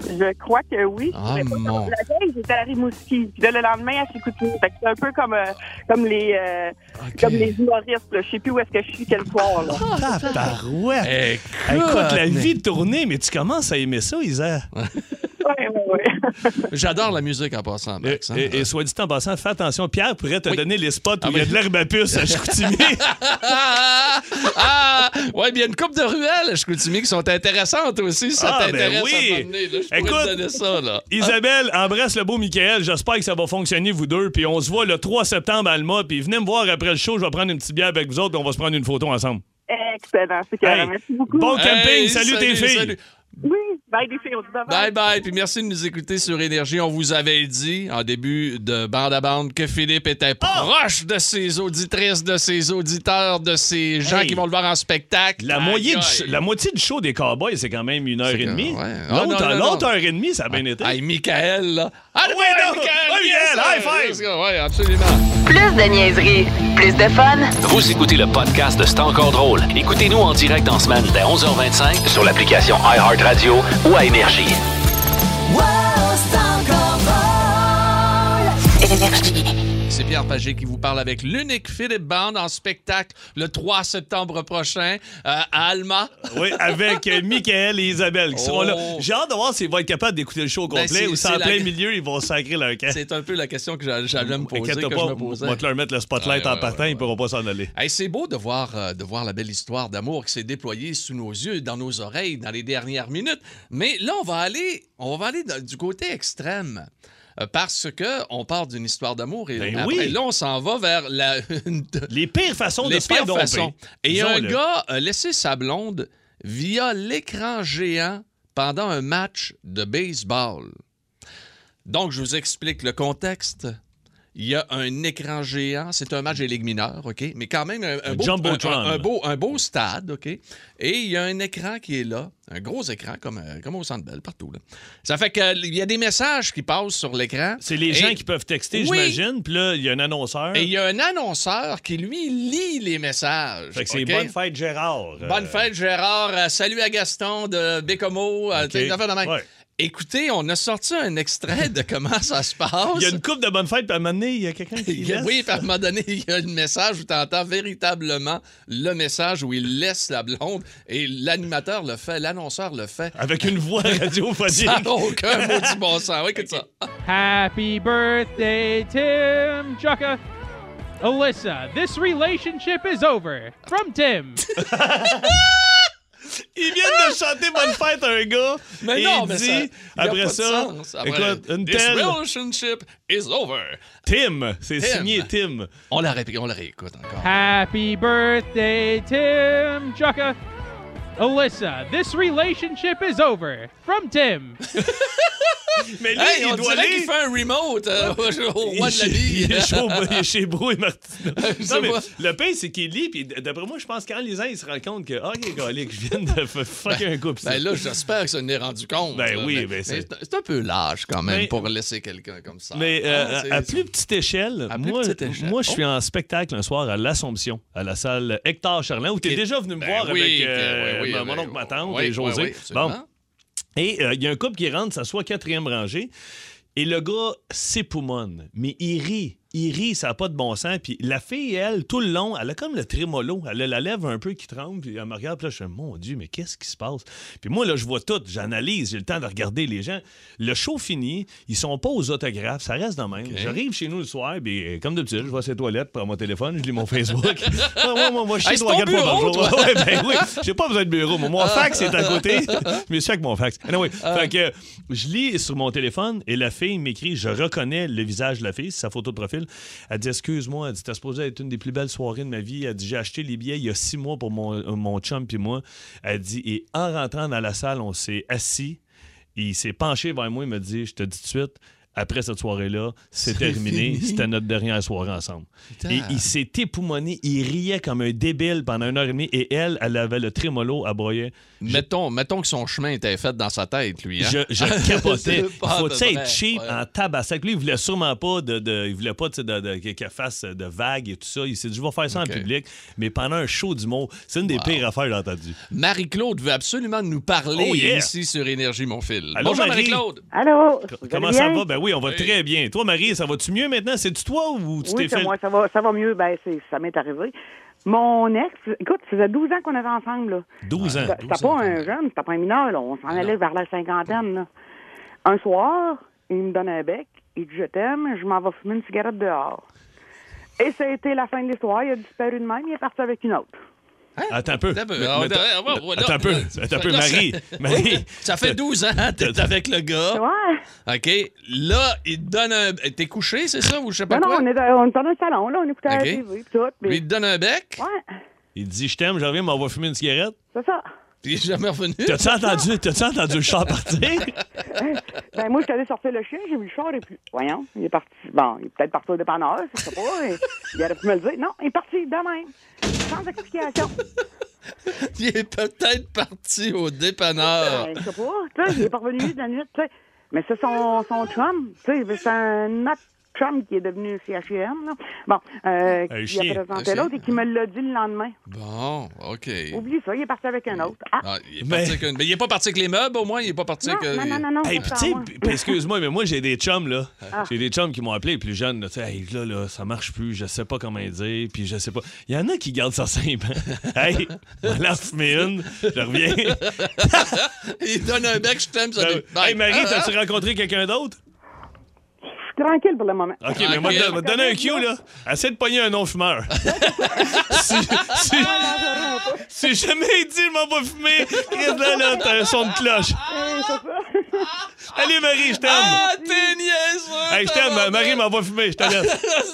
[SPEAKER 6] Je crois que oui.
[SPEAKER 1] Ah,
[SPEAKER 6] Mais-
[SPEAKER 1] mon.
[SPEAKER 6] La veille, j'étais à Rimouski. Puis là, le lendemain, à Chicoutimi. Fait que c'est un peu comme, euh, comme, les, euh,
[SPEAKER 1] OK.
[SPEAKER 6] comme les humoristes. là. Je sais plus où est-ce que je suis, quel soir.
[SPEAKER 1] [LAUGHS]
[SPEAKER 6] Là.
[SPEAKER 2] Tabarouette!
[SPEAKER 1] Écoute,
[SPEAKER 2] Eh, Écoute, la vie tournée, mais tu commences à aimer ça, Isa.
[SPEAKER 6] Ouais, ouais, ouais.
[SPEAKER 1] J'adore la musique en passant,
[SPEAKER 2] Euh, Et,
[SPEAKER 1] Max. hein.
[SPEAKER 2] et- et soit dit en passant, fais attention, Pierre pourrait te
[SPEAKER 1] Oui.
[SPEAKER 2] donner les spots où
[SPEAKER 1] Ah,
[SPEAKER 2] il y a
[SPEAKER 1] mais-
[SPEAKER 2] de l'herbe à puce
[SPEAKER 1] [LAUGHS]
[SPEAKER 2] à Chicoutimi.
[SPEAKER 1] Ah, ah, ah, ouais, bien une coupe de ruelles, je continue, qui sont intéressantes aussi. si Ça
[SPEAKER 2] Ah, ben
[SPEAKER 1] t'intéresse
[SPEAKER 2] oui.
[SPEAKER 1] à m'emmener, là, Je pourrais
[SPEAKER 2] Écoute,
[SPEAKER 1] te donner ça, là.
[SPEAKER 2] Isabelle, embrasse le beau Michael. J'espère que ça va fonctionner, vous deux. Puis on se voit le 3 septembre à Alma. Puis venez me voir après le show. Je vais prendre une petite bière avec vous autres. puis On va se prendre une photo ensemble.
[SPEAKER 6] Excellent. C'est carré.
[SPEAKER 2] Hey,
[SPEAKER 6] Merci beaucoup.
[SPEAKER 2] bon camping.
[SPEAKER 1] Hey,
[SPEAKER 2] salut, tes filles.
[SPEAKER 1] salut.
[SPEAKER 6] Oui, bye les filles, on se dit
[SPEAKER 1] Bye
[SPEAKER 6] bye-bye.
[SPEAKER 1] bye, puis merci de nous écouter sur Énergie. On vous avait dit en début de bande à bande que Philippe était
[SPEAKER 2] Ah!
[SPEAKER 1] proche de ses auditrices, de ses auditeurs, de ses gens
[SPEAKER 2] Hey.
[SPEAKER 1] qui vont le voir en spectacle.
[SPEAKER 2] La,
[SPEAKER 1] Aïe,
[SPEAKER 2] moitié
[SPEAKER 1] aïe.
[SPEAKER 2] du, la moitié du show des Cowboys, c'est quand même une heure
[SPEAKER 1] C'est
[SPEAKER 2] et
[SPEAKER 1] que-
[SPEAKER 2] demie.
[SPEAKER 1] ouais. Ah,
[SPEAKER 2] L'autre
[SPEAKER 1] non, non,
[SPEAKER 2] l'autre
[SPEAKER 1] non. Ah,
[SPEAKER 2] heure et demie, ça a bien été.
[SPEAKER 1] Aïe, Michael, là. Ah
[SPEAKER 2] Oui,
[SPEAKER 1] oui,
[SPEAKER 2] non. Oui, Michael, high five.
[SPEAKER 1] Oui, absolument.
[SPEAKER 3] Plus de niaiserie, plus de fun.
[SPEAKER 4] Vous écoutez le podcast de C'est encore drôle. Écoutez-nous en direct en semaine dès 11h25 sur l'application iHeartRadio ou à Énergie.
[SPEAKER 3] Énergie.
[SPEAKER 1] C'est Pierre Pagé qui vous parle avec l'unique Philippe Band en spectacle le 3 septembre prochain euh, à
[SPEAKER 2] [LAUGHS]
[SPEAKER 1] Alma.
[SPEAKER 2] Oui, avec euh, Michael et Isabelle qui seront
[SPEAKER 1] Oh.
[SPEAKER 2] là. J'ai hâte de voir s'ils vont être capables d'écouter le show au
[SPEAKER 1] Ben,
[SPEAKER 2] complet
[SPEAKER 1] c'est-
[SPEAKER 2] ou si
[SPEAKER 1] c'est
[SPEAKER 2] en
[SPEAKER 1] la-
[SPEAKER 2] plein milieu, ils vont sacrer leur camp.
[SPEAKER 1] C'est un peu la question que j'a- j'allais me poser, que
[SPEAKER 2] Inquiète-toi
[SPEAKER 1] je
[SPEAKER 2] pas,
[SPEAKER 1] me
[SPEAKER 2] on
[SPEAKER 1] posais.
[SPEAKER 2] va te leur mettre le spotlight
[SPEAKER 1] Ouais,
[SPEAKER 2] en
[SPEAKER 1] ouais,
[SPEAKER 2] partant,
[SPEAKER 1] ouais,
[SPEAKER 2] ils pourront pas s'en aller.
[SPEAKER 1] Hey, c'est beau de voir, euh, de voir la belle histoire d'amour qui s'est déployée sous nos yeux, dans nos oreilles, dans les dernières minutes. Mais là, on va aller, on va aller dans- du côté extrême. euh, Parce que on part d'une histoire d'amour et
[SPEAKER 2] Ben
[SPEAKER 1] après,
[SPEAKER 2] oui.
[SPEAKER 1] là, on s'en va vers la, [LAUGHS] une-
[SPEAKER 2] Les pires façons de
[SPEAKER 1] les
[SPEAKER 2] se faire
[SPEAKER 1] pires
[SPEAKER 2] domper.
[SPEAKER 1] façons. Et un
[SPEAKER 2] Disons-le.
[SPEAKER 1] gars a laissé sa blonde via l'écran géant pendant un match de baseball. Donc, je vous explique le contexte. Il y a un écran géant. C'est un match des ligues mineures, OK? Mais quand même, un, un
[SPEAKER 2] Un
[SPEAKER 1] beau,
[SPEAKER 2] jumbotron.
[SPEAKER 1] un- un beau, un beau stade, OK? Et il y a un écran qui est là, un gros écran, comme, euh, comme au Centre Bell, partout. Là. Ça fait qu'il y a des messages qui passent sur l'écran.
[SPEAKER 2] C'est les
[SPEAKER 1] Et-
[SPEAKER 2] gens qui peuvent texter,
[SPEAKER 1] Oui.
[SPEAKER 2] j'imagine. Puis là, il y a un annonceur.
[SPEAKER 1] Et il y a un annonceur qui, lui, lit les messages.
[SPEAKER 2] Fait que c'est
[SPEAKER 1] OK?
[SPEAKER 2] bonne fête, Gérard.
[SPEAKER 1] Bonne
[SPEAKER 2] Euh,
[SPEAKER 1] fête, Gérard. Euh, Salut à Gaston de Bécomo. Euh,
[SPEAKER 2] OK.
[SPEAKER 1] t'as une affaire de même.
[SPEAKER 2] Ouais.
[SPEAKER 1] Écoutez, on a sorti un extrait de comment ça
[SPEAKER 2] [LAUGHS]
[SPEAKER 1] se passe.
[SPEAKER 2] Il y a une coupe de bonne fête, puis à un moment donné, il y a
[SPEAKER 1] [LAUGHS]
[SPEAKER 2] quelqu'un qui laisse.
[SPEAKER 1] Oui, puis à un moment donné, il y a le message où tu entends véritablement le message où il laisse la blonde et l'animateur le fait, l'annonceur le fait.
[SPEAKER 2] Avec
[SPEAKER 1] [LAUGHS]
[SPEAKER 2] une voix radiophonique.
[SPEAKER 1] Sans aucun mot du bon sens. Oui,
[SPEAKER 2] [LAUGHS]
[SPEAKER 1] écoute ça. Ah,
[SPEAKER 7] Happy birthday, Tim Chucka. Alyssa, this relationship is over. From Tim.
[SPEAKER 2] Ils viennent de chanter Bonne fête à un gars.
[SPEAKER 1] Mais
[SPEAKER 2] et
[SPEAKER 1] non,
[SPEAKER 2] il
[SPEAKER 1] mais
[SPEAKER 2] dit,
[SPEAKER 1] ça, y a
[SPEAKER 2] après
[SPEAKER 1] pas de
[SPEAKER 2] ça,
[SPEAKER 1] sens. Après,
[SPEAKER 2] écoute, une
[SPEAKER 1] This
[SPEAKER 2] telle.
[SPEAKER 1] relationship is over.
[SPEAKER 2] Tim, c'est
[SPEAKER 1] Tim.
[SPEAKER 2] signé Tim.
[SPEAKER 1] On la, répé- on la réécoute encore.
[SPEAKER 2] Ah,
[SPEAKER 7] Happy birthday, Tim Chucka. Alyssa, this relationship is over. From Tim.
[SPEAKER 2] Mais lui,
[SPEAKER 1] Hey,
[SPEAKER 2] il
[SPEAKER 1] on dirait
[SPEAKER 2] doit
[SPEAKER 1] qu'il
[SPEAKER 2] aller.
[SPEAKER 1] fait un remote euh, au
[SPEAKER 2] [LAUGHS] Il
[SPEAKER 1] roi
[SPEAKER 2] est
[SPEAKER 1] de la
[SPEAKER 2] chez-
[SPEAKER 1] vie.
[SPEAKER 2] il est chaud- il est chez Brou et Martina.
[SPEAKER 1] [LAUGHS] Je sais
[SPEAKER 2] Non, mais
[SPEAKER 1] pas.
[SPEAKER 2] le pain, c'est qu'il lit, puis d'après moi, je pense que quand les gens ils se rendent compte que, ah, les gars, que je viens de f- fucker un couple.
[SPEAKER 1] Ben
[SPEAKER 2] [LAUGHS]
[SPEAKER 1] là, j'espère que ça n'est rendu compte.
[SPEAKER 2] Ben
[SPEAKER 1] là,
[SPEAKER 2] oui,
[SPEAKER 1] mais-
[SPEAKER 2] ben
[SPEAKER 1] mais
[SPEAKER 2] c'est-
[SPEAKER 1] c'est c'est un peu lâche quand même
[SPEAKER 2] Mais-
[SPEAKER 1] pour laisser quelqu'un comme ça.
[SPEAKER 2] Mais euh,
[SPEAKER 1] Ah, c'est-
[SPEAKER 2] à, à plus petite échelle,
[SPEAKER 1] À plus
[SPEAKER 2] moi,
[SPEAKER 1] petite échelle.
[SPEAKER 2] moi je
[SPEAKER 1] Oh.
[SPEAKER 2] suis en spectacle un soir à l'Assomption, à la salle Hector Charland, où tu es
[SPEAKER 1] Et-
[SPEAKER 2] déjà venu me
[SPEAKER 1] Ben
[SPEAKER 2] voir
[SPEAKER 1] oui,
[SPEAKER 2] avec
[SPEAKER 1] que-
[SPEAKER 2] euh,
[SPEAKER 1] oui, oui,
[SPEAKER 2] ma- mon
[SPEAKER 1] oui,
[SPEAKER 2] oncle, ma tante
[SPEAKER 1] oui,
[SPEAKER 2] et José.
[SPEAKER 1] oui, oui,
[SPEAKER 2] bon,
[SPEAKER 1] absolument.
[SPEAKER 2] et euh, il y a un couple qui rentre, ça soit quatrième rangée, et le gars s'époumonne, mais il rit. Il rit, ça n'a pas de bon sens. Puis la fille, elle, tout le long, elle a comme le trémolo. Elle a la lèvre un peu qui tremble. Puis elle me regarde. Puis là, je fais, mon Dieu, mais qu'est-ce qui se passe? Puis moi, là, je vois tout. J'analyse. J'ai le temps de regarder les gens. Le show fini. Ils sont pas aux autographes. Ça reste dans même. J'arrive chez nous le soir. Puis euh, comme d'habitude, je vois ses toilettes. Prends mon téléphone. Je lis mon Facebook. [LAUGHS] moi, moi, moi, moi, je
[SPEAKER 1] Hey,
[SPEAKER 2] suis
[SPEAKER 1] c'est
[SPEAKER 2] trois,
[SPEAKER 1] ton
[SPEAKER 2] quatre fois par
[SPEAKER 1] bureau,
[SPEAKER 2] jour.
[SPEAKER 1] toi?
[SPEAKER 2] [LAUGHS] Ouais, ben oui, j'ai pas besoin de bureau. Moi, mon fax est à côté. je me suis fait avec mon fax. Anyway, fait que, je lis sur mon téléphone et la fille m'écrit Je reconnais le visage de la fille, c'est sa photo de profil. Elle dit Excuse-moi, elle dit T'as supposé être une des plus belles soirées de ma vie. Elle dit J'ai acheté les billets il y a six mois pour mon, euh, mon chum puis moi. Elle dit Et en rentrant dans la salle, on s'est assis. Il s'est penché vers moi, il me dit Je te dis tout de suite. Après cette soirée-là, c'est
[SPEAKER 1] C'est
[SPEAKER 2] terminé.
[SPEAKER 1] fini.
[SPEAKER 2] C'était notre dernière soirée ensemble.
[SPEAKER 1] Putain.
[SPEAKER 2] Et il s'est époumoné, il riait comme un débile pendant une heure et demie et elle, elle avait le trémolo à broyer.
[SPEAKER 1] Mettons, mettons que son chemin était fait dans sa tête, lui. hein.
[SPEAKER 2] Je, je
[SPEAKER 1] [LAUGHS]
[SPEAKER 2] capotais.
[SPEAKER 1] C'est pas
[SPEAKER 2] Faut
[SPEAKER 1] de
[SPEAKER 2] tu sais,
[SPEAKER 1] vrai.
[SPEAKER 2] être cheap
[SPEAKER 1] Ouais.
[SPEAKER 2] en tabassac. Lui, il voulait sûrement pas de, de- il voulait pas tu sais, de, de- que- qu'elle fasse de vagues et tout ça. Il s'est dit, je vais faire ça
[SPEAKER 1] Ok.
[SPEAKER 2] en public, mais pendant un show du mot, c'est une des pires affaires que j'ai entendues.
[SPEAKER 1] Marie-Claude veut absolument nous parler
[SPEAKER 2] Oh, yeah.
[SPEAKER 1] ici sur Énergie, mon fil.
[SPEAKER 2] Allô,
[SPEAKER 1] Bonjour,
[SPEAKER 2] Marie. [LAUGHS]
[SPEAKER 1] Marie-Claude.
[SPEAKER 8] Allô? vous allez
[SPEAKER 2] Comment
[SPEAKER 8] bien?
[SPEAKER 2] ça va? Ben oui, on va très bien. Toi, Marie, ça va-tu mieux maintenant? C'est-tu toi ou tu
[SPEAKER 8] Oui,
[SPEAKER 2] t'es
[SPEAKER 8] ça,
[SPEAKER 2] fait.
[SPEAKER 8] moi, ça, va, ça va mieux. Ben, c'est- ça m'est arrivé. Mon ex, écoute, ça faisait 12 ans qu'on avait ensemble. Là.
[SPEAKER 2] 12 Ah, ans.
[SPEAKER 8] C'était pas un jeune, c'était pas un mineur. Là. On s'en allait vers la cinquantaine. là. Un soir, il me donne un bec. Il dit Je t'aime, je m'en vais fumer une cigarette dehors. Et ça a été la fin de l'histoire. Il a disparu de même. Il est parti avec une autre.
[SPEAKER 2] Attends un peu.
[SPEAKER 1] Attends un peu.
[SPEAKER 2] Mais- mais
[SPEAKER 1] Ah,
[SPEAKER 2] t'as-
[SPEAKER 1] ah, ouais, ouais,
[SPEAKER 2] Attends un peu.
[SPEAKER 1] là,
[SPEAKER 2] Attends un peu,
[SPEAKER 1] là, ça-
[SPEAKER 2] Marie. Marie.
[SPEAKER 1] Ça fait 12 ans que t'es avec le
[SPEAKER 2] Ah.
[SPEAKER 1] gars.
[SPEAKER 8] Ouais.
[SPEAKER 1] OK. Là, il te donne un. T'es couché, c'est ça, ou je sais pas
[SPEAKER 2] Ben,
[SPEAKER 8] Non, Ben non,
[SPEAKER 1] quoi?
[SPEAKER 8] on est, on est dans un salon. Là, on écoutait
[SPEAKER 1] Ok.
[SPEAKER 8] la TV et tout. puis-
[SPEAKER 1] Lui, il te donne un bec,
[SPEAKER 8] Ouais,
[SPEAKER 2] Il dit, je t'aime, je reviens, mais on va fumer une cigarette.
[SPEAKER 8] c'est ça.
[SPEAKER 1] puis il est jamais revenu.
[SPEAKER 2] T'as-tu entendu, t'as-tu entendu le chat partir?
[SPEAKER 8] [LAUGHS] Ben, moi, je suis allée sortir le chien, j'ai vu le char et puis. Voyons, il est parti. Bon, il est peut-être parti au dépanneur, je sais pas. et- il aurait pu me le dire. Non, il est parti de même. Sans explication.
[SPEAKER 1] Il est peut-être parti au
[SPEAKER 2] Ah.
[SPEAKER 1] dépanneur.
[SPEAKER 8] Ben, je sais pas. Tu sais, il est pas revenu de la nuit, tu sais. Mais c'est son, son chum. Tu sais, c'est un autre chum qui est devenu CHM, là. Bon, euh,
[SPEAKER 2] Un
[SPEAKER 8] qui
[SPEAKER 2] chien,
[SPEAKER 8] a
[SPEAKER 1] un
[SPEAKER 8] présenté
[SPEAKER 1] chien.
[SPEAKER 8] l'autre et qui me l'a dit le lendemain.
[SPEAKER 1] Bon, OK.
[SPEAKER 8] Oublie ça, il est parti avec un autre. Ah,
[SPEAKER 1] Ah, il est
[SPEAKER 2] Mais-
[SPEAKER 1] parti avec une- Mais il est pas parti avec les meubles, au moins. Il est pas parti
[SPEAKER 8] non,
[SPEAKER 1] avec. euh,
[SPEAKER 8] non, non, non, non.
[SPEAKER 2] Hey,
[SPEAKER 8] pas
[SPEAKER 2] puis
[SPEAKER 8] ça,
[SPEAKER 2] tu sais,
[SPEAKER 8] moi.
[SPEAKER 2] puis excuse-moi, mais moi, j'ai des chums, là. J'ai des chums qui m'ont appelé plus jeunes, là, tu sais, hey, là, là, ça marche plus, je sais pas comment dire, puis je sais pas. Il y en a qui gardent ça simple. hein. hey, on la fumer une, je reviens.
[SPEAKER 1] Il donne Ah, un bec, je t'aime, ça
[SPEAKER 2] Ben,
[SPEAKER 1] dé- Bye.
[SPEAKER 2] hey, Marie, t'as-tu rencontré quelqu'un d'autre?
[SPEAKER 8] Je suis tranquille pour le moment.
[SPEAKER 2] OK, mais moi,
[SPEAKER 1] Tranquille.
[SPEAKER 2] je vais te donner un cue, là. Essaye de pogner un non-fumeur. [LAUGHS] si, si, si jamais il dit, je m'en vais fumer, Chris, là, là, t'as un son de cloche. Allez, Marie, je t'aime.
[SPEAKER 1] Ah, t'es niaiseux!
[SPEAKER 2] Hey, je t'aime, Marie m'en va fumer, je
[SPEAKER 1] [LAUGHS]
[SPEAKER 2] te laisse.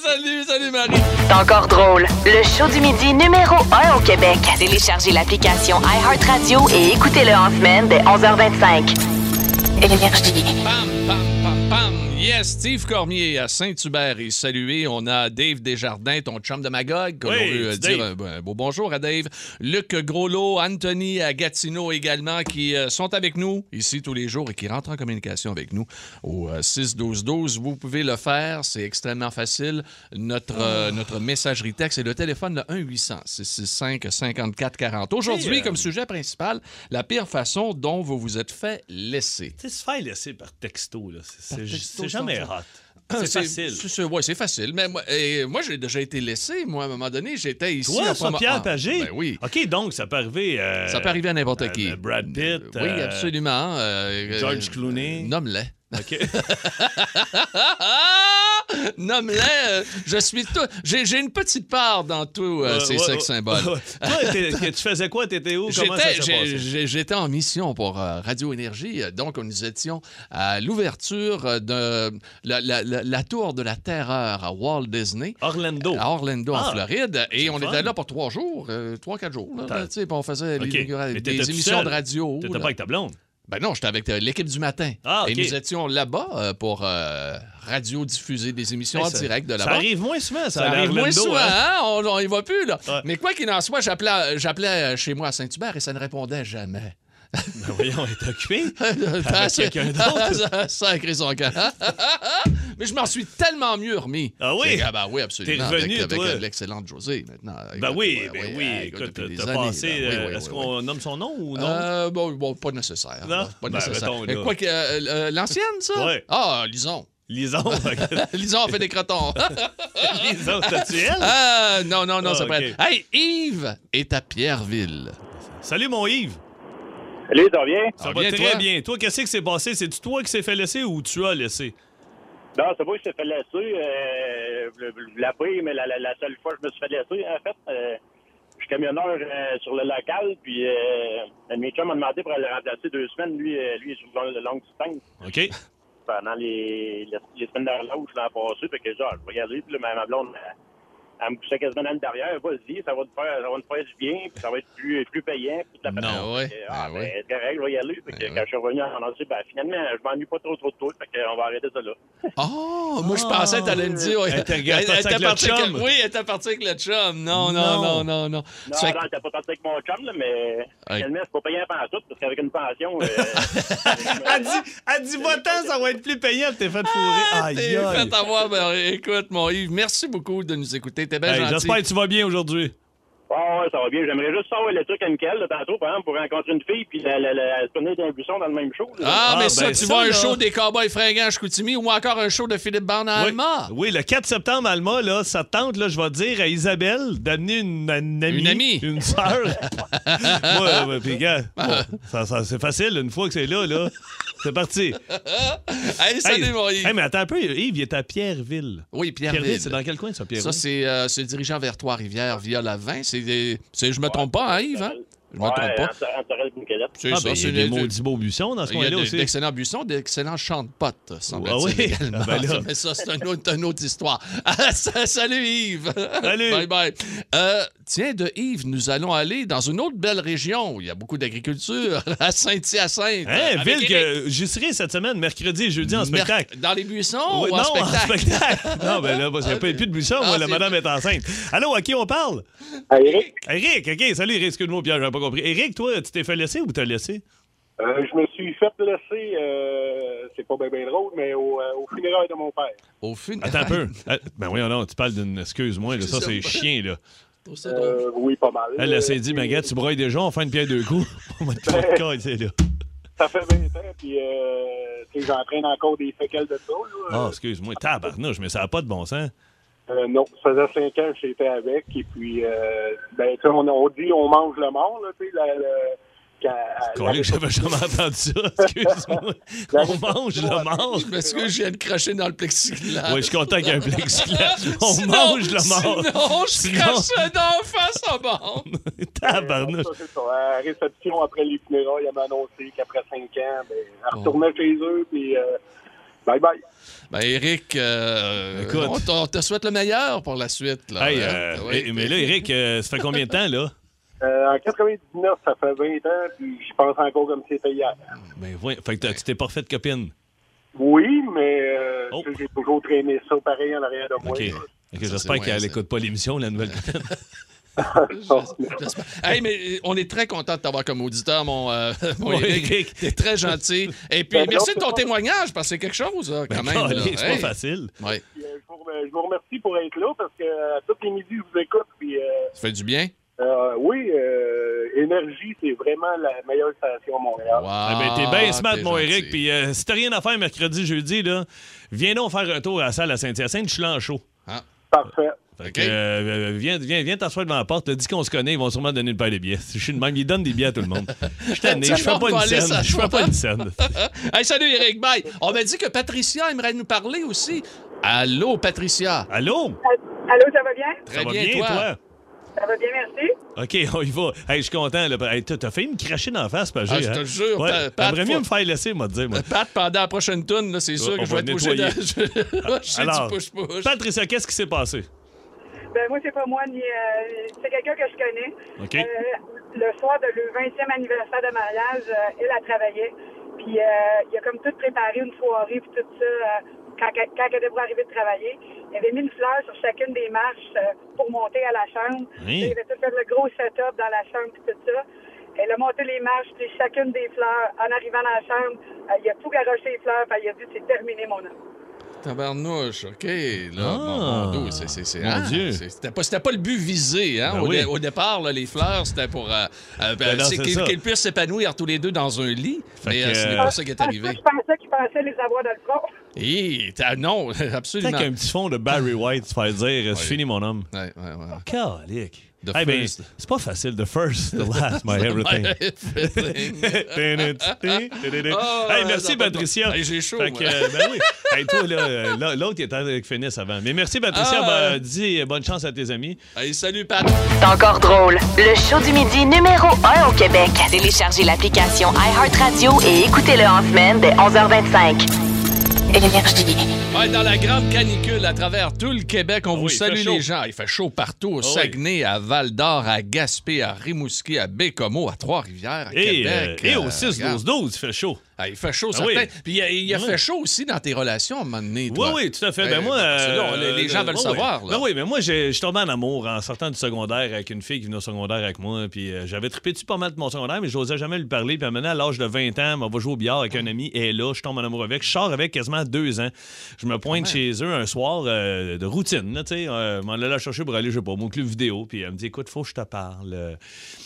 [SPEAKER 1] salut, salut, Marie.
[SPEAKER 3] C'est encore drôle. Le show du midi numéro 1 au Québec. Téléchargez l'application iHeartRadio et écoutez-le en semaine dès 11h25. Énergie.
[SPEAKER 1] Pam, pam, pam, pam. Yes, Steve Cormier à Saint-Hubert est salué. On a Dave Desjardins, ton chum de Magog, que
[SPEAKER 2] Oui,
[SPEAKER 1] l'on veut euh,
[SPEAKER 2] c'est
[SPEAKER 1] dire
[SPEAKER 2] Dave.
[SPEAKER 1] un bon- un beau bonjour à Dave. Luc Groslo, Anthony à Gatineau également, qui euh, sont avec nous ici tous les jours et qui rentrent en communication avec nous au euh, 6-12-12. Vous pouvez le faire, c'est extrêmement facile. Notre,
[SPEAKER 2] Ah.
[SPEAKER 1] euh, notre messagerie texte et le téléphone, le 1-800-665-5440. Aujourd'hui,
[SPEAKER 2] Et, euh,
[SPEAKER 1] comme sujet principal, la pire façon dont vous vous êtes fait laisser.
[SPEAKER 2] Tu sais, se faire laisser par texto, là, c'est- c'est ju-
[SPEAKER 1] texto,
[SPEAKER 2] c'est jamais
[SPEAKER 1] sans-
[SPEAKER 2] hot. C'est facile.
[SPEAKER 1] c'est- c'est- ouais, c'est facile. Mais moi, et moi, j'ai déjà été laissé. Moi, à un moment donné, j'étais ici.
[SPEAKER 2] Toi,
[SPEAKER 1] à Prom-
[SPEAKER 2] Pierre
[SPEAKER 1] Ah,
[SPEAKER 2] Pagé?
[SPEAKER 1] ben oui.
[SPEAKER 2] OK, donc, ça peut arriver... euh,
[SPEAKER 1] Ça peut arriver à n'importe
[SPEAKER 2] euh,
[SPEAKER 1] qui.
[SPEAKER 2] Brad Pitt,
[SPEAKER 1] Euh, oui,
[SPEAKER 2] euh,
[SPEAKER 1] absolument. euh,
[SPEAKER 2] George
[SPEAKER 1] euh,
[SPEAKER 2] Clooney.
[SPEAKER 1] Nomme-le. [LAUGHS]
[SPEAKER 2] OK.
[SPEAKER 1] Nomme-le. euh, Je suis tout. J'ai j'ai une petite part dans tous euh, ces
[SPEAKER 2] Ouais, ouais,
[SPEAKER 1] sex symboles.
[SPEAKER 2] [LAUGHS] ouais, ouais. Toi, t'es- que- tu faisais quoi? T'étais où? Comment ça
[SPEAKER 1] J'étais,
[SPEAKER 2] s'est
[SPEAKER 1] j'ai-
[SPEAKER 2] passé?
[SPEAKER 1] j'ai- j'étais en mission pour euh, Radio Énergie, euh, donc nous étions à l'ouverture euh, de la, la- la- la tour de la terreur à Walt Disney.
[SPEAKER 2] Orlando.
[SPEAKER 1] À Orlando,
[SPEAKER 2] Ah,
[SPEAKER 1] en Floride. Et
[SPEAKER 2] le
[SPEAKER 1] on
[SPEAKER 2] fun.
[SPEAKER 1] était là pour trois jours, euh, trois, quatre jours. là,
[SPEAKER 2] T'as-
[SPEAKER 1] là, tu sais, puis on faisait
[SPEAKER 2] OK.
[SPEAKER 1] l'inauguration-
[SPEAKER 2] Mais
[SPEAKER 1] des
[SPEAKER 2] t'étais tout
[SPEAKER 1] émissions
[SPEAKER 2] seul?
[SPEAKER 1] de radio.
[SPEAKER 2] T'étais
[SPEAKER 1] là.
[SPEAKER 2] pas avec ta blonde?
[SPEAKER 1] Ben non, j'étais avec euh, l'équipe du matin.
[SPEAKER 2] Ah, OK.
[SPEAKER 1] Et nous étions là-bas euh, pour euh, radiodiffuser des émissions
[SPEAKER 2] Hey,
[SPEAKER 1] en
[SPEAKER 2] ça-
[SPEAKER 1] direct de
[SPEAKER 2] Ça
[SPEAKER 1] là-bas.
[SPEAKER 2] arrive moins souvent, ça.
[SPEAKER 1] Ça
[SPEAKER 2] aller à
[SPEAKER 1] arrive moins
[SPEAKER 2] Orlando,
[SPEAKER 1] souvent,
[SPEAKER 2] hein?
[SPEAKER 1] hein? On, on y va plus, là.
[SPEAKER 2] Ouais.
[SPEAKER 1] Mais quoi qu'il en soit, j'appelais, euh, j'appelais chez moi à Saint-Hubert et ça ne répondait jamais.
[SPEAKER 2] [LAUGHS] Ben voyons, elle
[SPEAKER 1] [LAUGHS]
[SPEAKER 2] est occupée.
[SPEAKER 1] Parce-
[SPEAKER 2] quelqu'un d'autre?
[SPEAKER 1] [LAUGHS] Ça- ça a créé son camp. [LAUGHS] Mais je m'en suis tellement mieux remis.
[SPEAKER 2] Ah oui?
[SPEAKER 1] C'est- Ah ben oui, absolument.
[SPEAKER 2] T'es revenu,
[SPEAKER 1] avec, avec,
[SPEAKER 2] toi.
[SPEAKER 1] euh, l'excellente Josée, maintenant.
[SPEAKER 2] Ben
[SPEAKER 1] Écoute,
[SPEAKER 2] oui,
[SPEAKER 1] ouais,
[SPEAKER 2] ben
[SPEAKER 1] ouais,
[SPEAKER 2] oui.
[SPEAKER 1] ouais,
[SPEAKER 2] Écoute,
[SPEAKER 1] depuis des
[SPEAKER 2] t'as
[SPEAKER 1] années,
[SPEAKER 2] passé.
[SPEAKER 1] là. Oui,
[SPEAKER 2] euh,
[SPEAKER 1] oui,
[SPEAKER 2] Est-ce
[SPEAKER 1] oui,
[SPEAKER 2] qu'on nomme son nom ou non?
[SPEAKER 1] Euh, bon, bon, pas nécessaire.
[SPEAKER 2] Non?
[SPEAKER 1] là, Pas
[SPEAKER 2] Ben,
[SPEAKER 1] nécessaire.
[SPEAKER 2] mettons,
[SPEAKER 1] Mais
[SPEAKER 2] là.
[SPEAKER 1] quoi que, euh, euh, l'ancienne, ça?
[SPEAKER 2] Ouais.
[SPEAKER 1] Ah, Lison.
[SPEAKER 2] Lison.
[SPEAKER 1] [LAUGHS] Lison a fait des crotons.
[SPEAKER 2] [LAUGHS] Lison, t'as-tu elle?
[SPEAKER 1] Ah, non, non, non,
[SPEAKER 2] Ah,
[SPEAKER 1] ça peut
[SPEAKER 2] ok.
[SPEAKER 1] être. Hey, Yves est à Pierreville.
[SPEAKER 2] Salut, mon Yves.
[SPEAKER 5] Salut, ça revient?
[SPEAKER 2] Ça
[SPEAKER 1] Ah,
[SPEAKER 2] va
[SPEAKER 1] bien,
[SPEAKER 2] très
[SPEAKER 1] toi?
[SPEAKER 2] bien. Toi, qu'est-ce qui s'est passé? C'est-tu toi qui s'est fait laisser ou tu as laissé?
[SPEAKER 5] Non, c'est moi qui s'est fait laisser. Euh, le- le- la paix, mais la, la- la seule fois que je me suis fait laisser, en fait, euh, je suis camionneur euh, sur le local, puis euh, un de mes chums m'a demandé pour le remplacer deux semaines. Lui, euh, lui il est sur le long distance
[SPEAKER 2] OK. [LAUGHS]
[SPEAKER 5] pendant les, les, les semaines de relâche l'an passé. Fait que genre, je vais y aller, puis là, ma- ma blonde, elle, elle me poussait quasiment dans le derrière. Vas-y, ça va te faire, ça va te faire du bien, puis ça va être plus, plus payant. puis toute la patente.
[SPEAKER 1] Ah ouais,
[SPEAKER 5] Fait que,
[SPEAKER 1] ah
[SPEAKER 5] Ah, ben,
[SPEAKER 1] ouais.
[SPEAKER 5] c'est correct, je vais y aller. Fait que
[SPEAKER 1] Ah ouais.
[SPEAKER 5] quand je suis revenu, on a dit, ben, finalement, je m'ennuie pas trop trop de toi, fait que, on va arrêter ça là.
[SPEAKER 1] Oh, moi, je pensais que t'allais me dire. ouais.
[SPEAKER 2] Elle était partie avec le
[SPEAKER 1] partie
[SPEAKER 2] chum.
[SPEAKER 1] oui, elle était partie avec le chum. Non, non, non, non,
[SPEAKER 2] Non.
[SPEAKER 1] non.
[SPEAKER 5] Non,
[SPEAKER 1] Ça fait
[SPEAKER 5] non,
[SPEAKER 1] que-
[SPEAKER 5] t'as pas parti avec mon chum, là, mais
[SPEAKER 1] Ouais.
[SPEAKER 5] finalement, c'est pas payé en tout, parce qu'avec une pension.
[SPEAKER 1] [LAUGHS]
[SPEAKER 5] euh,
[SPEAKER 2] Elle dit, elle dit, va-t'en, ça va être plus payant, t'es fait fourrer. Ah, Aïe,
[SPEAKER 1] Ah, T'es
[SPEAKER 2] aïe.
[SPEAKER 1] fait avoir. Ben, écoute, mon Yves, merci beaucoup de nous écouter. T'es bien
[SPEAKER 2] Hey,
[SPEAKER 1] gentil.
[SPEAKER 2] J'espère que tu vas bien aujourd'hui.
[SPEAKER 5] Ah ouais, ça va bien. J'aimerais juste savoir le truc à Michael, là, tantôt, par exemple, pour rencontrer une fille, puis la, la, la, se promener dans un buisson dans le même show. là.
[SPEAKER 1] Ah,
[SPEAKER 2] Ah,
[SPEAKER 1] mais
[SPEAKER 2] ben,
[SPEAKER 1] ça, tu
[SPEAKER 2] ça,
[SPEAKER 1] vois un
[SPEAKER 2] là.
[SPEAKER 1] show des Cowboys fringants à Chicoutimi ou encore un show de Philippe Barne à
[SPEAKER 2] Oui.
[SPEAKER 1] Alma.
[SPEAKER 2] Oui, le 4 septembre, Alma, là, ça tente, là, je vais dire à Isabelle d'amener une, une amie.
[SPEAKER 1] Une amie.
[SPEAKER 2] Une sœur.
[SPEAKER 1] [LAUGHS]
[SPEAKER 2] ouais, ouais, puis gars, bon, ça, ça- c'est facile, une fois que c'est là, là. C'est parti.
[SPEAKER 1] Hey, [LAUGHS] salut, mon Yves.
[SPEAKER 2] hey, mais attends un peu, Yves, il est à Pierreville.
[SPEAKER 1] oui, Pierreville.
[SPEAKER 2] Pierreville, c'est dans quel coin, ça, Pierreville?
[SPEAKER 1] Ça, c'est euh, c'est le dirigeant vers Trois-Rivières via la 20. C'est des- c'est- Je me trompe pas, hein, Yves? hein? Je me
[SPEAKER 5] ouais,
[SPEAKER 1] trompe pas.
[SPEAKER 5] en- en Sorel, Bouquelette.
[SPEAKER 1] C'est
[SPEAKER 2] ah,
[SPEAKER 1] ça,
[SPEAKER 2] ben, il y
[SPEAKER 1] c'est
[SPEAKER 2] a des
[SPEAKER 1] le-
[SPEAKER 2] maudits beaux buissons dans ce
[SPEAKER 1] Il y a
[SPEAKER 2] coin-là
[SPEAKER 1] de-
[SPEAKER 2] aussi. Ah
[SPEAKER 1] d'excellents buissons, d'excellents chants de potes, semble-t-il.
[SPEAKER 2] oui?
[SPEAKER 1] également.
[SPEAKER 2] Ah, [LAUGHS] ben là.
[SPEAKER 1] [LAUGHS] Mais ça, c'est un autre- une autre histoire. [LAUGHS] Ah, ça- Salut Yves!
[SPEAKER 2] Salut.
[SPEAKER 1] bye bye. Euh, tiens, de Yves, nous allons aller dans une autre belle région. Il y a beaucoup d'agriculture, [LAUGHS] à Saint-Hyacinthe.
[SPEAKER 2] Hein,
[SPEAKER 1] Avec Éric.
[SPEAKER 2] ville que j'y serai cette semaine, mercredi et jeudi,
[SPEAKER 1] Mer-
[SPEAKER 2] en spectacle.
[SPEAKER 1] Dans les buissons
[SPEAKER 2] Oui,
[SPEAKER 1] ou
[SPEAKER 2] non,
[SPEAKER 1] Oh, en spectacle? [LAUGHS]
[SPEAKER 2] spectacle. non, ben là, parce qu'il n'y a pas- plus de buissons,
[SPEAKER 1] Ah,
[SPEAKER 2] moi, la
[SPEAKER 1] c'est-
[SPEAKER 2] madame est enceinte. Allô, à qui on parle?
[SPEAKER 5] Ah, Eric,
[SPEAKER 2] Eric, OK, salut Eric, excuse-moi, Pierre, j'avais pas compris. Eric, toi, tu t'es fait laisser ou t'as laissé?
[SPEAKER 5] euh, je me suis fait laisser, euh, c'est pas bien ben drôle, mais au, euh, au funérail de mon père.
[SPEAKER 1] Au fin...
[SPEAKER 2] Attends
[SPEAKER 1] [LAUGHS]
[SPEAKER 2] un peu. Ah, Ben oui, non, tu parles d'une... Excuse-moi, là, ça, c'est chien, là.
[SPEAKER 1] Oh, c'est drôle.
[SPEAKER 5] Euh, oui, pas mal.
[SPEAKER 2] Elle, elle s'est dit, mais gars, tu broyes déjà, on fait une pierre deux coups. [LAUGHS] On va te faire le cas, tu sais, là.
[SPEAKER 5] Ça fait 20 ans, puis euh, tu sais, j'entraîne encore des séquelles de ça. là.
[SPEAKER 2] Ah, excuse-moi, tabarnouche, mais ça n'a pas de bon sens.
[SPEAKER 5] Euh, non, ça faisait 5 ans que j'étais avec. Et puis, euh, ben, tu sais, on, on dit on mange le mort. Là, tu sais, la, la, quand-
[SPEAKER 2] Collé, j'avais jamais entendu ça, excuse-moi. On mange le mort.
[SPEAKER 1] Je m'excuse, je viens de cracher dans le plexiglas.
[SPEAKER 2] Oui, je suis content qu'il y ait
[SPEAKER 1] [LAUGHS]
[SPEAKER 2] un plexiglas. On
[SPEAKER 1] Sinon-
[SPEAKER 2] mange le mort.
[SPEAKER 1] Sinon, je
[SPEAKER 2] Sinon-
[SPEAKER 1] crache d'en face à bord.
[SPEAKER 2] [LAUGHS] Tabarnouche.
[SPEAKER 5] Ça, c'est ça. À la réception après les funérailles, elle m'a annoncé qu'après 5 ans, ben, elle retournait chez eux. Puis, euh, bye bye.
[SPEAKER 1] Ben, Eric, euh,
[SPEAKER 2] Écoute.
[SPEAKER 1] on, t- on te souhaite le meilleur pour la suite. Là,
[SPEAKER 2] Hey,
[SPEAKER 1] Hein?
[SPEAKER 2] euh,
[SPEAKER 1] Oui.
[SPEAKER 2] eh, mais là,
[SPEAKER 5] [LAUGHS]
[SPEAKER 2] Eric, euh, ça fait combien de temps,
[SPEAKER 1] [LAUGHS]
[SPEAKER 2] là?
[SPEAKER 5] Euh, en 99, ça fait 20 ans, puis je pense encore comme si c'était hier.
[SPEAKER 2] Ben, ouais, fait que t'as- tu t'es pas refait de copine.
[SPEAKER 5] Oui, mais euh,
[SPEAKER 2] Oh.
[SPEAKER 5] que j'ai toujours traîné ça pareil en arrière de moi.
[SPEAKER 2] OK. Ok, J'espère
[SPEAKER 1] moins,
[SPEAKER 2] qu'elle
[SPEAKER 1] ça. Euh,
[SPEAKER 2] n'écoute pas l'émission, la [LAUGHS] nouvelle.
[SPEAKER 1] J'espère. Hey, mais euh, on est très content de t'avoir comme auditeur, mon, euh, [LAUGHS] mon
[SPEAKER 2] Oui,
[SPEAKER 1] Eric.
[SPEAKER 2] Eric.
[SPEAKER 1] T'es très gentil. Et puis,
[SPEAKER 5] Ben,
[SPEAKER 1] merci
[SPEAKER 5] non,
[SPEAKER 1] de ton
[SPEAKER 5] c'est pas-
[SPEAKER 1] témoignage, parce que c'est quelque chose, là, quand
[SPEAKER 2] Ben,
[SPEAKER 1] même. là.
[SPEAKER 2] calé, C'est
[SPEAKER 1] Hey.
[SPEAKER 2] pas facile. Eh
[SPEAKER 1] Ouais,
[SPEAKER 5] Puis, euh, je, vous rem- je vous remercie pour être là parce que euh, tous les midis, je vous écoute. Puis, euh,
[SPEAKER 1] ça fait du bien.
[SPEAKER 5] euh, oui, euh, énergie, c'est vraiment la meilleure station à Montréal.
[SPEAKER 1] Wow,
[SPEAKER 2] Ah, ben, t'es bien smart,
[SPEAKER 1] t'es
[SPEAKER 2] mon
[SPEAKER 1] gentil.
[SPEAKER 2] Eric. Puis euh, si t'as rien à faire mercredi, jeudi, là, viens donc faire un tour à la salle à Saint-Hyacinthe. Je suis là en chaud.
[SPEAKER 5] Parfait.
[SPEAKER 2] Fait
[SPEAKER 1] OK.
[SPEAKER 2] que, euh, viens viens, viens t'asseoir devant la porte. là, Dis qu'on se connaît. Ils vont sûrement donner le pain de billets. Je suis de même. Ils donnent des billets à tout le monde.
[SPEAKER 1] [LAUGHS]
[SPEAKER 2] Je suis tanné. Je fais
[SPEAKER 1] Tellement
[SPEAKER 2] pas une
[SPEAKER 1] collé, ça
[SPEAKER 2] scène. Je fais pas une scène.
[SPEAKER 1] Hey, salut, Eric. Bye. On m'a dit que Patricia aimerait nous parler aussi. Allô, Patricia.
[SPEAKER 2] Allô?
[SPEAKER 6] Allô, ça va bien?
[SPEAKER 1] Très
[SPEAKER 2] Ça va
[SPEAKER 1] bien,
[SPEAKER 2] bien, toi?
[SPEAKER 6] Ça va bien, merci.
[SPEAKER 2] OK, [LAUGHS] on y va. Hey, je suis content. là. Hey, t'as t'as failli me cracher dans la face, Pagé.
[SPEAKER 1] Ah, je te
[SPEAKER 2] hein?
[SPEAKER 1] le jure,
[SPEAKER 2] Ouais,
[SPEAKER 1] Pat- Pat,
[SPEAKER 2] T'aimerais mieux
[SPEAKER 1] faut-
[SPEAKER 2] me faire laisser, moi, te
[SPEAKER 1] [LAUGHS]
[SPEAKER 2] dire, moi.
[SPEAKER 1] Pat, pendant la prochaine toune, là, c'est sûr
[SPEAKER 2] Oh, On
[SPEAKER 1] que je
[SPEAKER 2] va
[SPEAKER 1] vais être obligé de... [LAUGHS]
[SPEAKER 2] nettoyer.
[SPEAKER 1] Je
[SPEAKER 2] Alors,
[SPEAKER 1] du push-push.
[SPEAKER 2] Patricia, qu'est-ce qui s'est passé?
[SPEAKER 6] Ben, moi, c'est pas moi, ni. euh, c'est quelqu'un que je connais.
[SPEAKER 2] OK.
[SPEAKER 6] Euh, le soir de le 20e anniversaire de mariage, euh, elle a travaillé. Puis, euh, il a comme tout préparé, une soirée, puis tout ça, euh, quand, qu'elle- quand elle était pour arriver de travailler. Il avait mis une fleur sur chacune des marches euh, pour monter à la chambre.
[SPEAKER 2] Oui.
[SPEAKER 6] Il avait tout fait le gros setup dans la chambre, puis tout ça. Elle a monté les marches, puis chacune des fleurs. En arrivant dans la chambre, euh, il a tout garoché les fleurs, puis il a dit c'est terminé, mon homme.
[SPEAKER 1] Tabarnouche, OK. Là,
[SPEAKER 2] Ah.
[SPEAKER 1] mon, mon dos, c'est- c'est- c'est-
[SPEAKER 2] Mon
[SPEAKER 1] hein,
[SPEAKER 2] Dieu.
[SPEAKER 1] c'est- C'était pas, c'était pas le but visé. Hein?
[SPEAKER 2] Ben
[SPEAKER 1] au,
[SPEAKER 2] oui.
[SPEAKER 1] dé- au départ, là, les fleurs, c'était pour euh, euh,
[SPEAKER 2] Ben non,
[SPEAKER 1] c'est
[SPEAKER 2] c'est
[SPEAKER 1] qu'ils
[SPEAKER 2] ça.
[SPEAKER 1] qu'ils puissent s'épanouir tous les deux dans un lit.
[SPEAKER 2] Fait
[SPEAKER 1] mais
[SPEAKER 2] que,
[SPEAKER 1] euh, ce n'est
[SPEAKER 2] euh,
[SPEAKER 1] pas ça qui est arrivé. [LAUGHS]
[SPEAKER 6] [LAUGHS] Je pensais qu'il pensait les avoir dans le corps.
[SPEAKER 1] Hé, t'as- non, [LAUGHS]
[SPEAKER 2] Peut-être
[SPEAKER 1] absolument.
[SPEAKER 2] qu'un petit fond de Barry
[SPEAKER 1] [LAUGHS]
[SPEAKER 2] White, se faire dire, c'est fini, mon homme.
[SPEAKER 1] Ouais, ouais, ouais.
[SPEAKER 2] Calique.
[SPEAKER 1] The
[SPEAKER 2] Eh ben,
[SPEAKER 1] first.
[SPEAKER 2] c'est pas facile. The first, the
[SPEAKER 1] [LAUGHS]
[SPEAKER 2] last, my everything. [LAUGHS]
[SPEAKER 1] Oh,
[SPEAKER 2] hey, merci,
[SPEAKER 1] non, pas de-
[SPEAKER 2] Patricia.
[SPEAKER 1] Hey, j'ai chaud,
[SPEAKER 2] Fait que,
[SPEAKER 1] moi.
[SPEAKER 2] euh, ben oui. Hey, toi, là, euh, là, l'autre, il était avec Phoenix avant. Mais merci, Patricia.
[SPEAKER 1] Ah.
[SPEAKER 2] Ben, dis euh, bonne chance à tes amis.
[SPEAKER 1] Hey, salut, Pat.
[SPEAKER 3] C'est encore drôle. Le show du midi numéro 1 au Québec. Téléchargez l'application iHeartRadio et écoutez-le en semaine dès 11h25. Énergie.
[SPEAKER 1] Ouais, dans la grande canicule à travers tout le Québec, on vous
[SPEAKER 2] Ah oui, il
[SPEAKER 1] salue
[SPEAKER 2] fait chaud. Ah
[SPEAKER 1] les gens. Il fait chaud partout, au
[SPEAKER 2] oui.
[SPEAKER 1] Saguenay, à Val-d'Or, à Gaspé, à Rimouski, à Bécomo, à Trois-Rivières, à
[SPEAKER 2] Et,
[SPEAKER 1] Québec.
[SPEAKER 2] euh, et au
[SPEAKER 1] Euh,
[SPEAKER 2] 6-12-12,
[SPEAKER 1] regarde.
[SPEAKER 2] il fait chaud.
[SPEAKER 1] Ah, il fait chaud,
[SPEAKER 2] Ah
[SPEAKER 1] certain.
[SPEAKER 2] oui. Ah
[SPEAKER 1] Puis il a, il a
[SPEAKER 2] Oui.
[SPEAKER 1] fait chaud aussi dans tes relations à un moment donné.
[SPEAKER 2] Oui,
[SPEAKER 1] toi.
[SPEAKER 2] oui, tout à fait.
[SPEAKER 1] Eh,
[SPEAKER 2] Ben, moi,
[SPEAKER 1] c'est
[SPEAKER 2] euh,
[SPEAKER 1] là, les, les gens
[SPEAKER 2] euh,
[SPEAKER 1] veulent
[SPEAKER 2] ouais,
[SPEAKER 1] savoir.
[SPEAKER 2] ouais.
[SPEAKER 1] là.
[SPEAKER 2] Ben oui, mais moi, j'ai- je suis tombé en amour en sortant du secondaire avec une fille qui venait au secondaire avec moi. Puis euh, j'avais trippé dessus pas mal de mon secondaire, mais je n'osais jamais lui parler. Puis maintenant, à l'âge de 20 ans, ben, on va jouer au billard avec un ami. Et là, je tombe en amour avec. Je sors avec quasiment deux ans. Je me pointe
[SPEAKER 1] Ah
[SPEAKER 2] chez eux un soir euh, de routine. là, Tu sais, euh, m'en allait la chercher pour aller, je sais pas, mon club vidéo. Puis elle me dit Écoute, faut que je te parle. Euh,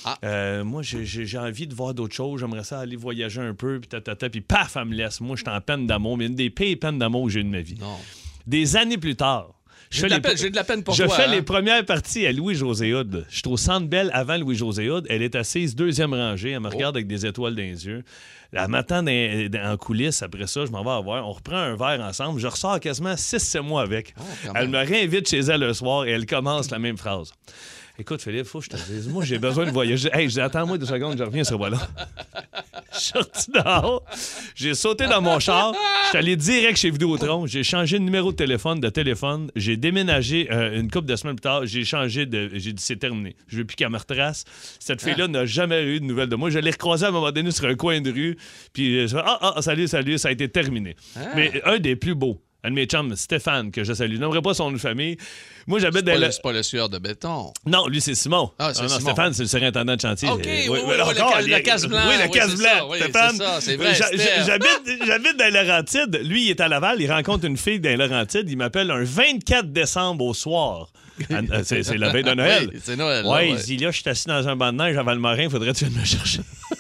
[SPEAKER 1] Ah.
[SPEAKER 2] euh, moi, j'ai- j'ai j'ai envie de voir d'autres choses. J'aimerais ça aller voyager un peu. Puis tatata. Puis paf, elle me laisse. Moi, je suis en peine d'amour. Mais une des pires peines d'amour que j'ai eu de ma vie
[SPEAKER 1] Non.
[SPEAKER 2] des années plus tard.
[SPEAKER 1] J'ai de,
[SPEAKER 2] fais
[SPEAKER 1] la
[SPEAKER 2] les-
[SPEAKER 1] peine- j'ai de la peine pour
[SPEAKER 2] je
[SPEAKER 1] toi.
[SPEAKER 2] fais
[SPEAKER 1] hein.
[SPEAKER 2] les premières parties à Louis-José Hood. Je suis au Centre Belle avant Louis-José Hood. Elle est assise deuxième rangée. Elle me regarde avec des étoiles dans les yeux. Elle m'attend dans- dans- en coulisses. Après ça, je m'en vais avoir. On reprend un verre ensemble. Je ressors quasiment 6-7 mois avec.
[SPEAKER 1] Oh, quand
[SPEAKER 2] elle
[SPEAKER 1] même.
[SPEAKER 2] me réinvite chez elle le soir et elle commence la même phrase. Écoute, Philippe, faut que je te dise, moi, j'ai besoin de voyager. Hey, je dis, attends-moi deux secondes, je reviens sur voilà. [LAUGHS] Je suis sorti dehors, j'ai sauté dans mon char, je suis allé direct chez Vidéotron, j'ai changé de numéro de téléphone, de téléphone, j'ai déménagé euh, une couple de semaines plus tard, j'ai changé de. J'ai dit, c'est terminé. Je veux plus qu'elle me retrace. Cette fille-là
[SPEAKER 1] Ah.
[SPEAKER 2] n'a jamais eu de nouvelles de moi. Je l'ai recroisée à un moment donné sur un coin de rue, puis euh, je fais, ah, ah, salut, salut, ça a été terminé.
[SPEAKER 1] Ah.
[SPEAKER 2] Mais euh, un des plus beaux. Un de mes chums, Stéphane, que je salue. Je n'aimerais pas son nom de famille. Moi, j'habite
[SPEAKER 1] Pas
[SPEAKER 2] dans
[SPEAKER 1] le-
[SPEAKER 2] ben, le-
[SPEAKER 1] C'est pas le sueur de béton. [LAUGHS]
[SPEAKER 2] non, lui, c'est Simon.
[SPEAKER 1] Ah, c'est
[SPEAKER 2] non,
[SPEAKER 1] Simon.
[SPEAKER 2] Stéphane, c'est le surintendant de chantier.
[SPEAKER 1] OK,
[SPEAKER 2] J'ai-
[SPEAKER 1] oui, oui,
[SPEAKER 2] alors,
[SPEAKER 1] oui, le
[SPEAKER 2] encore,
[SPEAKER 1] ca-
[SPEAKER 2] il-
[SPEAKER 1] le casse-blanc,
[SPEAKER 2] Oui, le
[SPEAKER 1] oui, c'est ça,
[SPEAKER 2] casse-blanc,
[SPEAKER 1] oui,
[SPEAKER 2] Stéphane.
[SPEAKER 1] c'est ça, c'est vrai,
[SPEAKER 2] J'a-
[SPEAKER 1] Steph. [LAUGHS]
[SPEAKER 2] J'habite j'habite dans les Laurentides. Lui, il est à Laval. Il rencontre une fille dans les Laurentides. Il m'appelle un 24 décembre au soir. Ah, ah, C'est c'est la veille de Noël.
[SPEAKER 1] Oui, c'est Noël, là,
[SPEAKER 2] Oui,
[SPEAKER 1] ouais.
[SPEAKER 2] il dit là, je suis assis dans un banc de neige à Valmarin. Faudrait-tu venir me chercher? [LAUGHS]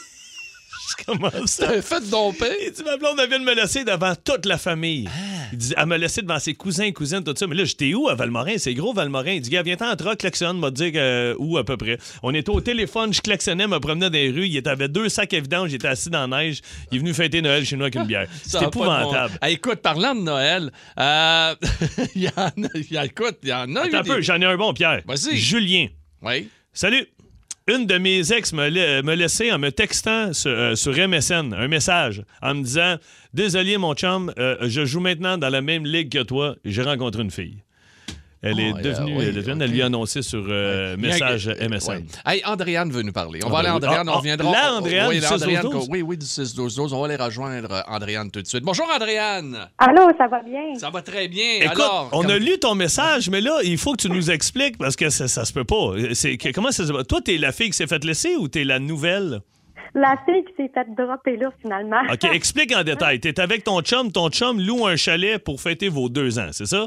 [SPEAKER 2] Je commence à
[SPEAKER 1] Faites domper.
[SPEAKER 2] il dit, ma blonde, elle vient de me laisser devant toute la famille.
[SPEAKER 1] Ah.
[SPEAKER 2] Il dit, elle me laissé devant ses cousins, cousines, tout ça. Mais là, j'étais où à Valmorin? C'est gros, Valmorin. Il dit, gars, viens-t'en en troc, klaxonne, m'a dit que, euh, où à peu près. On était au téléphone, je klaxonnais, me promenais dans les rues. Il était avec deux sacs à vidange, j'étais assis dans la neige. Il est venu fêter Noël chez nous avec une bière.
[SPEAKER 1] Ah, Ça
[SPEAKER 2] C'était
[SPEAKER 1] a pas de bon-
[SPEAKER 2] épouvantable.
[SPEAKER 1] Ah, écoute, parlant de Noël, euh, [LAUGHS] il y en a, il y a- écoute, il y en a eu
[SPEAKER 2] Attends un
[SPEAKER 1] des-
[SPEAKER 2] peu, j'en ai un bon, Pierre.
[SPEAKER 1] Vas-y.
[SPEAKER 2] Julien.
[SPEAKER 1] Oui.
[SPEAKER 2] Salut. Une de mes ex me, la- me laissait en me textant sur, euh, sur MSN un message en me disant Désolé, mon chum, euh, je joue maintenant dans la même ligue que toi. J'ai rencontré une fille. Elle est
[SPEAKER 1] Ah,
[SPEAKER 2] devenue
[SPEAKER 1] euh, oui,
[SPEAKER 2] lesbienne. Elle lui a annoncé sur euh, message
[SPEAKER 1] Bien que-
[SPEAKER 2] MSN.
[SPEAKER 1] ouais. Hey, Andréane veut nous parler. On
[SPEAKER 2] Ah,
[SPEAKER 1] va aller à
[SPEAKER 2] ben oui.
[SPEAKER 1] Andréane,
[SPEAKER 2] Ah,
[SPEAKER 1] on
[SPEAKER 2] ah,
[SPEAKER 1] reviendra.
[SPEAKER 2] là,
[SPEAKER 1] Oh, oh,
[SPEAKER 2] Andréane,
[SPEAKER 1] oui,
[SPEAKER 2] du
[SPEAKER 1] là, Andréane,
[SPEAKER 2] 16-12-12.
[SPEAKER 1] oui, oui, du 6-12-12. On va aller rejoindre euh, Andréane tout de suite. Bonjour, Andréane.
[SPEAKER 9] Ah.
[SPEAKER 10] Allô, ça va bien?
[SPEAKER 1] Ça va très bien.
[SPEAKER 2] Écoute,
[SPEAKER 1] Alors,
[SPEAKER 2] on
[SPEAKER 1] comme-
[SPEAKER 2] a lu ton message, mais là, il faut que tu nous expliques parce que ça, ça se peut pas. C'est, que- comment ça se Toi, t'es la fille qui s'est faite laisser ou t'es la nouvelle?
[SPEAKER 10] La fille qui s'est faite dropper là, finalement.
[SPEAKER 2] OK, explique en détail. T'es avec ton chum, ton chum loue un chalet pour fêter vos deux ans, c'est ça?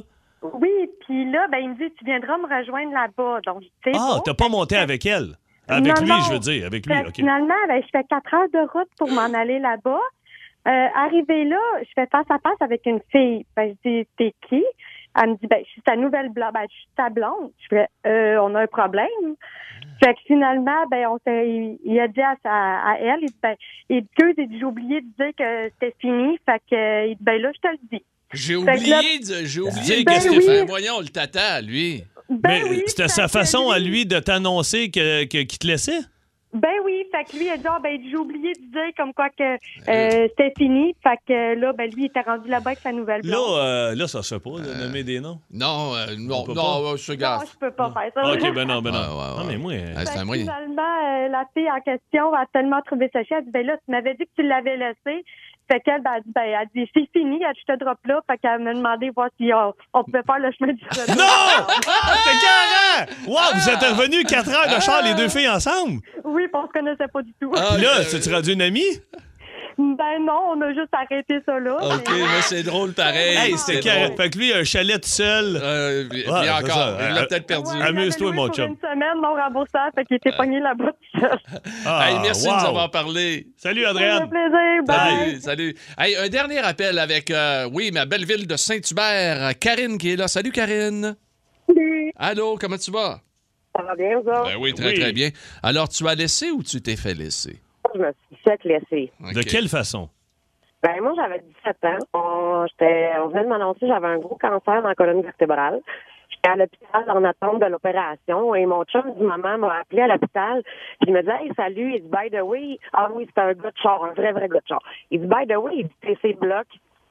[SPEAKER 10] Oui, puis là, ben, il me dit, tu viendras me rejoindre là-bas. Donc, c'est
[SPEAKER 2] Ah,
[SPEAKER 10] bon.
[SPEAKER 2] t'as pas monté avec elle. Avec
[SPEAKER 10] Non,
[SPEAKER 2] lui,
[SPEAKER 10] non.
[SPEAKER 2] je veux dire. Avec lui,
[SPEAKER 10] Fait que
[SPEAKER 2] OK.
[SPEAKER 10] Finalement, ben, je fais quatre heures de route pour
[SPEAKER 2] [GASPS]
[SPEAKER 10] m'en aller là-bas. Euh, arrivée là, je fais face à face avec une fille. Ben, je dis, t'es qui? Elle me dit, ben, je suis ta nouvelle blonde. Ben, je suis ta blonde. Je fais, euh, on a un problème.
[SPEAKER 2] Ah.
[SPEAKER 10] Fait que finalement, ben, on s'est- il, il a dit à, sa- à elle, il dit, ben, il dit, Gueuse, il dit, j'ai oublié de dire que c'était fini. Fait que, euh, il dit, ben, là, je te le dis.
[SPEAKER 1] J'ai
[SPEAKER 10] Fait que là- Ben
[SPEAKER 1] oublié, de- j'ai oublié
[SPEAKER 2] Dis
[SPEAKER 1] que
[SPEAKER 2] qu'est-ce qu'il
[SPEAKER 1] Stéphane.
[SPEAKER 10] oui.
[SPEAKER 1] Voyons, le tata, lui.
[SPEAKER 10] Ben
[SPEAKER 2] mais
[SPEAKER 10] oui.
[SPEAKER 2] c'était
[SPEAKER 10] fait
[SPEAKER 2] sa
[SPEAKER 10] que
[SPEAKER 2] façon à
[SPEAKER 10] lui-
[SPEAKER 2] lui de t'annoncer que, que- qu'il te laissait?
[SPEAKER 10] Ben oui, fait que lui, il a dit, ah, ben, j'ai oublié de dire comme quoi que
[SPEAKER 2] Ben
[SPEAKER 10] euh, c'était fini. Fait que là, ben, lui, il était rendu là-bas avec sa nouvelle blonde.
[SPEAKER 2] Là, euh, là, ça se fait pas, de nommer des noms.
[SPEAKER 1] Non, euh, non,
[SPEAKER 2] On peut
[SPEAKER 1] non, euh, ce
[SPEAKER 10] Non,
[SPEAKER 1] gars.
[SPEAKER 10] je peux pas faire ça.
[SPEAKER 2] OK, ben non, ben
[SPEAKER 1] Ouais, ouais,
[SPEAKER 2] non. Non,
[SPEAKER 1] ouais.
[SPEAKER 2] mais moi... euh,
[SPEAKER 1] Ouais, c'est
[SPEAKER 10] Fait
[SPEAKER 1] un
[SPEAKER 10] que
[SPEAKER 1] moyen.
[SPEAKER 10] finalement, euh, la fille en question a tellement trouvé ce chien. Elle dit, ben là, tu m'avais dit que tu l'avais laissé. Fait qu'elle, ben, elle dit, ben, elle dit, c'est fini, elle dit, je te drop là. Fait qu'elle m'a demandé voir si on, on pouvait faire le
[SPEAKER 2] [LAUGHS]
[SPEAKER 10] chemin du retour.
[SPEAKER 2] Non! Ah, c'est carré! Wow, vous êtes revenus 4 heures de char, les deux filles ensemble?
[SPEAKER 10] Oui, puis on se connaissait pas du tout.
[SPEAKER 1] Ah,
[SPEAKER 2] Puis là,
[SPEAKER 1] euh,
[SPEAKER 2] c'est-tu rendu une amie?
[SPEAKER 10] Ben non, on a juste arrêté ça là.
[SPEAKER 1] OK,
[SPEAKER 2] ben,
[SPEAKER 10] mais-
[SPEAKER 1] mais c'est drôle pareil.
[SPEAKER 2] Hey,
[SPEAKER 1] Ah, c'est
[SPEAKER 2] c'était carré.
[SPEAKER 1] drôle.
[SPEAKER 2] Fait que lui, un chalet tout seul.
[SPEAKER 1] Euh, puis- puis
[SPEAKER 2] Ouais, c'est
[SPEAKER 1] encore,
[SPEAKER 2] ça.
[SPEAKER 1] il l'a
[SPEAKER 2] Euh,
[SPEAKER 1] peut-être perdu.
[SPEAKER 10] Ouais, il
[SPEAKER 2] Amuse-toi,
[SPEAKER 10] l'avait
[SPEAKER 2] mon
[SPEAKER 10] loué
[SPEAKER 2] chum.
[SPEAKER 10] Pour une semaine, non remboursable, fait qu'il était pogné là-bas. tout seul.
[SPEAKER 2] Ah,
[SPEAKER 1] Hey, merci de
[SPEAKER 2] wow.
[SPEAKER 1] nous avoir parlé.
[SPEAKER 2] Salut,
[SPEAKER 10] Ça me fait
[SPEAKER 2] Adrienne.
[SPEAKER 10] plaisir.
[SPEAKER 2] Ah,
[SPEAKER 10] Bye.
[SPEAKER 2] ben,
[SPEAKER 1] Salut, salut. Hey, un dernier appel avec, euh, oui, ma belle ville de Saint-Hubert, Karine qui est là. Salut, Karine. Allô, comment tu vas?
[SPEAKER 9] Ça va bien, vous
[SPEAKER 10] Ah.
[SPEAKER 9] autres?
[SPEAKER 1] Ben oui, très,
[SPEAKER 2] Oui.
[SPEAKER 1] très bien. Alors, tu as laissé ou tu t'es fait laisser?
[SPEAKER 9] Je me suis fait laisser.
[SPEAKER 1] OK.
[SPEAKER 2] De quelle façon?
[SPEAKER 9] Ben, moi, j'avais 17 ans. On, j'étais- on venait de m'annoncer que j'avais un gros cancer dans la colonne vertébrale. J'étais à l'hôpital en attente de l'opération et mon chum du maman m'a appelé à l'hôpital. Puis il me dit Hey, salut. Il dit By the way, ah oui, c'est un gars de char, un vrai, vrai gars de char. Il dit By the way, il dit TC bloc.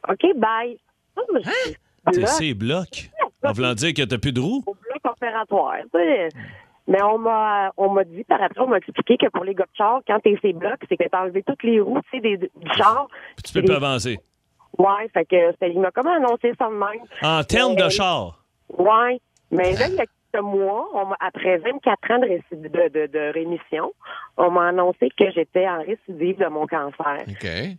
[SPEAKER 9] OK, bye. Ah, moi, je dis, Bloc?
[SPEAKER 2] TC bloc. En voulant dire que t'as plus de roue?
[SPEAKER 9] au bloc opératoire. tu sais. Mais on m'a on m'a dit par après, on m'a expliqué que pour les gars de char, quand t'es ces blocs, c'est que t'as enlevé toutes les roues tu sais, des, du char.
[SPEAKER 2] Puis tu peux pas avancer.
[SPEAKER 9] Ouais, fait que c'était- il m'a comme annoncé ça de même.
[SPEAKER 2] En termes de char.
[SPEAKER 9] Ouais. Mais là, il y a quelques mois, on m'a- après 24 ans de, réci- de, de- de rémission, on m'a annoncé que j'étais en récidive de mon cancer.
[SPEAKER 1] OK.
[SPEAKER 9] Et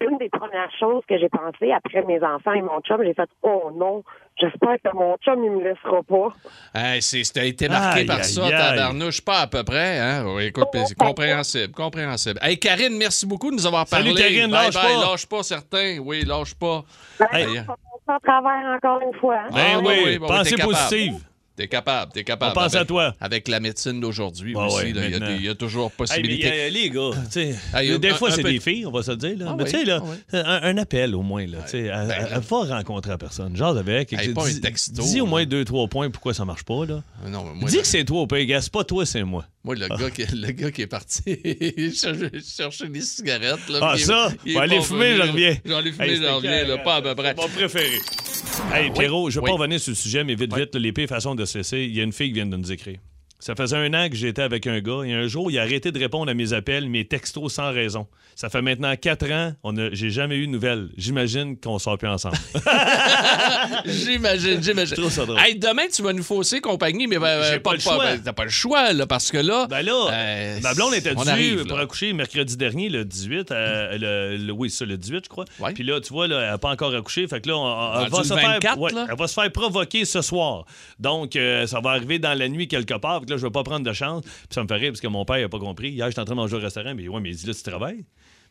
[SPEAKER 9] une des premières choses que j'ai pensé après mes enfants et mon chum, j'ai fait Oh non, j'espère que mon chum, il me laissera pas.
[SPEAKER 1] Hey, c'est- c'était été marqué
[SPEAKER 2] Aïe,
[SPEAKER 1] par
[SPEAKER 2] aïe,
[SPEAKER 1] ça,
[SPEAKER 2] aïe.
[SPEAKER 1] tabarnouche, pas à peu près. Hein? Oui, écoute, puis c'est compréhensible, compréhensible. Hey, Karine, merci beaucoup de nous avoir parlé.
[SPEAKER 2] Salut, Karine,
[SPEAKER 1] Bye,
[SPEAKER 2] lâche
[SPEAKER 1] bye,
[SPEAKER 2] pas.
[SPEAKER 1] Lâche pas, certains. Oui, lâche pas.
[SPEAKER 2] Hey.
[SPEAKER 1] Aïe.
[SPEAKER 9] Ça travers encore une fois. hein.
[SPEAKER 1] Ah,
[SPEAKER 2] Ben
[SPEAKER 1] oui, oui,
[SPEAKER 2] oui,
[SPEAKER 1] bon,
[SPEAKER 2] pensée
[SPEAKER 1] t'es capable.
[SPEAKER 2] positive.
[SPEAKER 1] T'es capable, t'es capable.
[SPEAKER 2] On pense
[SPEAKER 1] Avec-
[SPEAKER 2] à toi.
[SPEAKER 1] Avec la médecine d'aujourd'hui
[SPEAKER 2] Ah
[SPEAKER 1] aussi,
[SPEAKER 2] ouais,
[SPEAKER 1] là, il y a
[SPEAKER 2] maintenant.
[SPEAKER 1] des- Ah, il y, a toujours
[SPEAKER 2] Hey, mais
[SPEAKER 1] possibilité.
[SPEAKER 2] euh, les gars, tu sais,
[SPEAKER 1] Hey,
[SPEAKER 2] des
[SPEAKER 1] un-
[SPEAKER 2] fois
[SPEAKER 1] un
[SPEAKER 2] c'est
[SPEAKER 1] peu-
[SPEAKER 2] des filles, on va se le dire. Là.
[SPEAKER 1] Ah
[SPEAKER 2] mais
[SPEAKER 1] oui,
[SPEAKER 2] tu sais, là,
[SPEAKER 1] ah oui.
[SPEAKER 2] un, un appel au moins. Là, tu sais, à-
[SPEAKER 1] ben,
[SPEAKER 2] à- va rencontrer la personne. Genre avec.
[SPEAKER 1] Hey, pas un texto,
[SPEAKER 2] dis au moins
[SPEAKER 1] là. ben
[SPEAKER 2] deux, trois points pourquoi ça marche pas. Là.
[SPEAKER 1] Ah Non, mais moi,
[SPEAKER 2] dis
[SPEAKER 1] le-
[SPEAKER 2] que c'est toi au pays, gars. C'est pas toi, c'est moi.
[SPEAKER 1] moi, le, gars qui, le gars qui est parti [LAUGHS] chercher- chercher des cigarettes. Là,
[SPEAKER 2] Ah,
[SPEAKER 1] puis il-
[SPEAKER 2] ça?
[SPEAKER 1] il est
[SPEAKER 2] Va aller
[SPEAKER 1] pas
[SPEAKER 2] fumer,
[SPEAKER 1] revenu.
[SPEAKER 2] je reviens.
[SPEAKER 1] J'en ai fumé,
[SPEAKER 2] Hey,
[SPEAKER 1] je reviens, là,
[SPEAKER 2] c'était
[SPEAKER 1] pas à peu près.
[SPEAKER 2] Mon préféré. Hey, Pierrot, je ne veux
[SPEAKER 1] oui.
[SPEAKER 2] pas revenir sur le sujet, mais vite, vite, là, les pires façons de se laisser. Il y a une fille qui vient de nous écrire. Ça faisait un an que j'étais avec un gars et un jour, il a arrêté de répondre à mes appels, mes textos sans raison. Ça fait maintenant quatre ans, on a- j'ai jamais eu de nouvelles. J'imagine qu'on sort plus ensemble.
[SPEAKER 1] [LAUGHS] J'imagine, j'imagine.
[SPEAKER 2] Je trouve ça drôle.
[SPEAKER 1] Hey, demain, tu vas nous fausser compagnie, mais ben, euh,
[SPEAKER 2] J'ai pas le choix.
[SPEAKER 1] ben, T'as pas le choix, là, parce que là.
[SPEAKER 2] Ben là,
[SPEAKER 1] euh,
[SPEAKER 2] ma blonde était
[SPEAKER 1] on
[SPEAKER 2] due
[SPEAKER 1] arrive,
[SPEAKER 2] pour
[SPEAKER 1] là.
[SPEAKER 2] accoucher mercredi dernier, le 18. euh, le, le- oui, ça, le 18, je crois.
[SPEAKER 1] Ouais.
[SPEAKER 2] Puis là, tu vois, là, elle n'a pas encore accouché. Fait que là, on- on-
[SPEAKER 1] Rendu
[SPEAKER 2] elle, va
[SPEAKER 1] le
[SPEAKER 2] se
[SPEAKER 1] 24,
[SPEAKER 2] faire, ouais,
[SPEAKER 1] là?
[SPEAKER 2] elle va se faire provoquer ce soir. Donc, euh, ça va arriver dans la nuit quelque part. Fait que là, je ne vais pas prendre de chance. Puis ça me fait rire parce que mon père n'a pas compris. Hier, j'étais en train de manger au restaurant. Mais ouais, mais il dit là, tu travailles.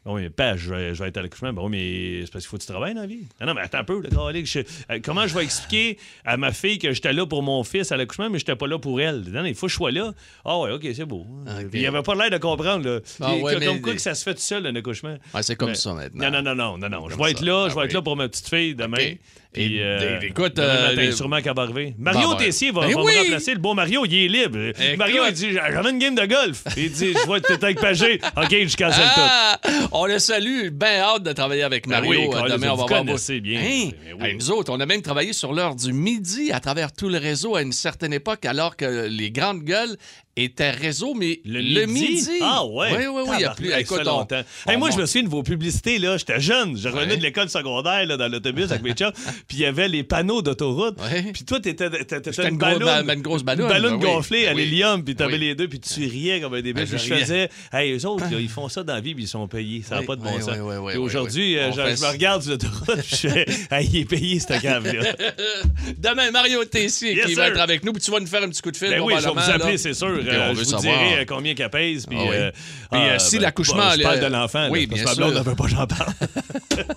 [SPEAKER 2] Ben oui, mais père, je vais, je vais être à l'accouchement. Ben oui, mais c'est parce qu'il faut que tu travailles dans la vie. Ah Non, non, mais attends un peu, le calique, je- euh, Comment je vais expliquer à ma fille que j'étais là pour mon fils à l'accouchement, mais j'étais pas là pour elle? Non, non, il faut que je sois là. Ah ouais, OK, c'est beau. Puis Il avait pas l'air de comprendre, là.
[SPEAKER 1] Ah
[SPEAKER 2] Et
[SPEAKER 1] ouais,
[SPEAKER 2] que-
[SPEAKER 1] mais-
[SPEAKER 2] comme quoi que ça se fait tout seul, un accouchement.
[SPEAKER 1] Ouais, c'est comme
[SPEAKER 2] Mais-
[SPEAKER 1] ça maintenant.
[SPEAKER 2] Non, non, non, non, non, non. Je
[SPEAKER 1] Comme
[SPEAKER 2] vais être
[SPEAKER 1] ça.
[SPEAKER 2] là,
[SPEAKER 1] Ah
[SPEAKER 2] je vais être
[SPEAKER 1] oui.
[SPEAKER 2] là pour ma petite fille demain.
[SPEAKER 1] OK.
[SPEAKER 2] Puis, euh,
[SPEAKER 1] écoute,
[SPEAKER 2] demain
[SPEAKER 1] euh,
[SPEAKER 2] matin,
[SPEAKER 1] les-
[SPEAKER 2] sûrement qu'elle va arriver. Mario
[SPEAKER 1] Bon, ben-
[SPEAKER 2] Tessier va,
[SPEAKER 1] Ben
[SPEAKER 2] va
[SPEAKER 1] oui!
[SPEAKER 2] me remplacer. Le bon Mario, il est libre. Mario, il dit J'avais une game de golf. Il dit Je vois que t'es avec Pagé. OK, je cancelle
[SPEAKER 1] Ah! on le salue. Ben hâte de travailler avec
[SPEAKER 2] Ben
[SPEAKER 1] Mario.
[SPEAKER 2] oui,
[SPEAKER 1] euh,
[SPEAKER 2] Carlis,
[SPEAKER 1] demain, on
[SPEAKER 2] vous
[SPEAKER 1] va voir.
[SPEAKER 2] connaissez bien.
[SPEAKER 1] Hein?
[SPEAKER 2] Ben
[SPEAKER 1] Hey, nous autres, on a même travaillé sur l'heure du midi à travers tout le réseau à une certaine époque, alors que les grandes gueules étaient réseau, mais le,
[SPEAKER 2] midi? Ah ouais.
[SPEAKER 1] Oui, oui, oui. Il y a
[SPEAKER 2] Tabarnak,
[SPEAKER 1] plus.
[SPEAKER 2] ça
[SPEAKER 1] écoute,
[SPEAKER 2] fait
[SPEAKER 1] on-
[SPEAKER 2] longtemps.
[SPEAKER 1] on
[SPEAKER 2] Hey, moi, je
[SPEAKER 1] monte.
[SPEAKER 2] me souviens de vos publicités, là. J'étais jeune. Je revenais de l'école secondaire, là, dans l'autobus avec
[SPEAKER 1] [LAUGHS]
[SPEAKER 2] mes chums. Puis il y avait les panneaux d'autoroute. Puis toi, t'étais t'étais- t'étais
[SPEAKER 1] J'étais
[SPEAKER 2] une
[SPEAKER 1] une gros-
[SPEAKER 2] ballonne.
[SPEAKER 1] ben, une grosse ballonne, ben oui,
[SPEAKER 2] gonflée à
[SPEAKER 1] ben oui.
[SPEAKER 2] l'hélium. Puis t'avais
[SPEAKER 1] Oui.
[SPEAKER 2] les deux. Puis tu riais comme un débile.
[SPEAKER 1] Ben, je
[SPEAKER 2] Puis je
[SPEAKER 1] riais. Ah.
[SPEAKER 2] faisais, hey, eux autres, là, ils font ça dans la vie, puis ils sont payés. Ça n'a
[SPEAKER 1] Oui,
[SPEAKER 2] pas de
[SPEAKER 1] oui,
[SPEAKER 2] bon sens.
[SPEAKER 1] oui, oui, oui,
[SPEAKER 2] Puis
[SPEAKER 1] oui,
[SPEAKER 2] aujourd'hui,
[SPEAKER 1] oui.
[SPEAKER 2] euh,
[SPEAKER 1] On
[SPEAKER 2] je
[SPEAKER 1] fait
[SPEAKER 2] je me
[SPEAKER 1] ça.
[SPEAKER 2] regarde sur l'autoroute. puis
[SPEAKER 1] [LAUGHS]
[SPEAKER 2] je fais, hey, il est payé, cette cave-là.
[SPEAKER 1] [LAUGHS] Demain, Mario Tessier
[SPEAKER 2] Yes,
[SPEAKER 1] qui
[SPEAKER 2] sir.
[SPEAKER 1] va être avec nous. Puis tu vas nous faire un petit coup de fil.
[SPEAKER 2] Ben oui, je vais vous
[SPEAKER 1] probablement,
[SPEAKER 2] appeler,
[SPEAKER 1] là.
[SPEAKER 2] c'est sûr.
[SPEAKER 1] Et
[SPEAKER 2] Euh,
[SPEAKER 1] on
[SPEAKER 2] je
[SPEAKER 1] veut
[SPEAKER 2] vous
[SPEAKER 1] savoir.
[SPEAKER 2] dirai euh, combien qu'elle pèse. Puis,
[SPEAKER 1] Ah oui.
[SPEAKER 2] euh,
[SPEAKER 1] Puis, euh,
[SPEAKER 2] ah,
[SPEAKER 1] si
[SPEAKER 2] ben,
[SPEAKER 1] l'accouchement,
[SPEAKER 2] bon, Je parle
[SPEAKER 1] le-
[SPEAKER 2] de l'enfant.
[SPEAKER 1] euh, Oui,
[SPEAKER 2] là, parce
[SPEAKER 1] bien
[SPEAKER 2] que ma blonde
[SPEAKER 1] sûr.
[SPEAKER 2] ne veut pas que j'en parle.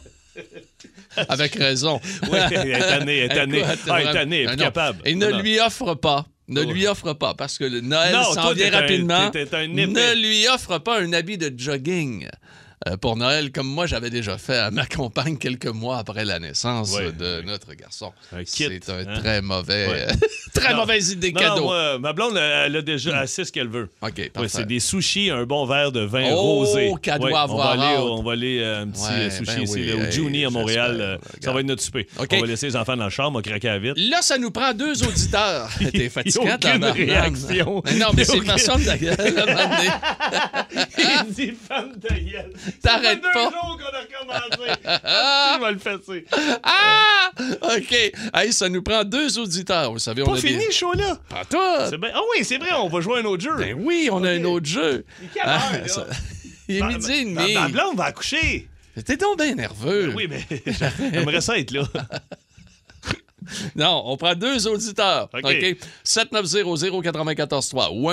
[SPEAKER 1] Avec raison.
[SPEAKER 2] [LAUGHS] Oui, elle est tannée, elle est tannée.
[SPEAKER 1] Écoute,
[SPEAKER 2] Ah, elle est
[SPEAKER 1] vraiment.
[SPEAKER 2] tannée, elle est
[SPEAKER 1] Non,
[SPEAKER 2] plus
[SPEAKER 1] non.
[SPEAKER 2] capable.
[SPEAKER 1] Et ne
[SPEAKER 2] Non, non.
[SPEAKER 1] lui offre pas. Ne lui offre pas, parce que le Noël
[SPEAKER 2] Non,
[SPEAKER 1] s'en
[SPEAKER 2] toi,
[SPEAKER 1] vient
[SPEAKER 2] t'es un-
[SPEAKER 1] rapidement.
[SPEAKER 2] t'es- t'es un épais.
[SPEAKER 1] ne lui offre pas un habit de jogging euh, pour Noël, comme moi j'avais déjà fait à ma compagne quelques mois après la naissance
[SPEAKER 2] Ouais,
[SPEAKER 1] de notre garçon.
[SPEAKER 2] kit,
[SPEAKER 1] C'est un
[SPEAKER 2] hein?
[SPEAKER 1] très mauvais,
[SPEAKER 2] Ouais.
[SPEAKER 1] [LAUGHS] [LAUGHS] très
[SPEAKER 2] Non.
[SPEAKER 1] mauvaise idée
[SPEAKER 2] Non,
[SPEAKER 1] cadeau.
[SPEAKER 2] non, moi, euh, ma blonde, elle, elle a déjà assez ce qu'elle veut.
[SPEAKER 1] OK,
[SPEAKER 2] Ouais,
[SPEAKER 1] parfait.
[SPEAKER 2] c'est des sushis, un bon verre de vin
[SPEAKER 1] Oh,
[SPEAKER 2] rosé.
[SPEAKER 1] qu'elle doit
[SPEAKER 2] Ouais,
[SPEAKER 1] avoir
[SPEAKER 2] on va aller,
[SPEAKER 1] hâte.
[SPEAKER 2] on va aller euh, un petit
[SPEAKER 1] hein. Ouais,
[SPEAKER 2] euh, sushi
[SPEAKER 1] ben
[SPEAKER 2] ici,
[SPEAKER 1] oui,
[SPEAKER 2] là, au
[SPEAKER 1] hey,
[SPEAKER 2] Juni à Montréal.
[SPEAKER 1] j'espère,
[SPEAKER 2] euh, ça
[SPEAKER 1] regarde.
[SPEAKER 2] va être notre souper.
[SPEAKER 1] OK.
[SPEAKER 2] On va laisser les enfants dans la chambre, on craque à vite.
[SPEAKER 1] Là, ça nous prend deux
[SPEAKER 2] [LAUGHS]
[SPEAKER 1] auditeurs. T'es fatiguant,
[SPEAKER 2] aucune
[SPEAKER 1] tabarnak.
[SPEAKER 2] réaction.
[SPEAKER 1] Mais non, mais
[SPEAKER 2] Il y a
[SPEAKER 1] c'est
[SPEAKER 2] aucune-
[SPEAKER 1] personne d'ailleurs.
[SPEAKER 2] [LAUGHS] Il dit femme de gueule.
[SPEAKER 1] T'arrêtes
[SPEAKER 2] Ça fait
[SPEAKER 1] pas.
[SPEAKER 2] deux jours qu'on a recommencé. Ah, tu vas le fesser.
[SPEAKER 1] Ah! OK. Hey, ça nous prend deux auditeurs. Vous savez, [LAUGHS] on
[SPEAKER 2] Pas
[SPEAKER 1] a
[SPEAKER 2] fini,
[SPEAKER 1] des...
[SPEAKER 2] le show là.
[SPEAKER 1] Pas toi!
[SPEAKER 2] C'est bien- Ah oui, c'est vrai, on va jouer à un autre jeu.
[SPEAKER 1] Ben oui, on a un autre jeu.
[SPEAKER 2] quelle
[SPEAKER 1] Ah,
[SPEAKER 2] heure, là? [LAUGHS]
[SPEAKER 1] ça- Il est
[SPEAKER 2] Ma-
[SPEAKER 1] midi et
[SPEAKER 2] ma-
[SPEAKER 1] demi.
[SPEAKER 2] Ma blonde va accoucher.
[SPEAKER 1] T'es donc bien nerveux.
[SPEAKER 2] Ben Oui, mais [LAUGHS] j'aimerais ça être là.
[SPEAKER 1] Non, on prend deux auditeurs.
[SPEAKER 2] OK.
[SPEAKER 1] OK. 7900-943 ou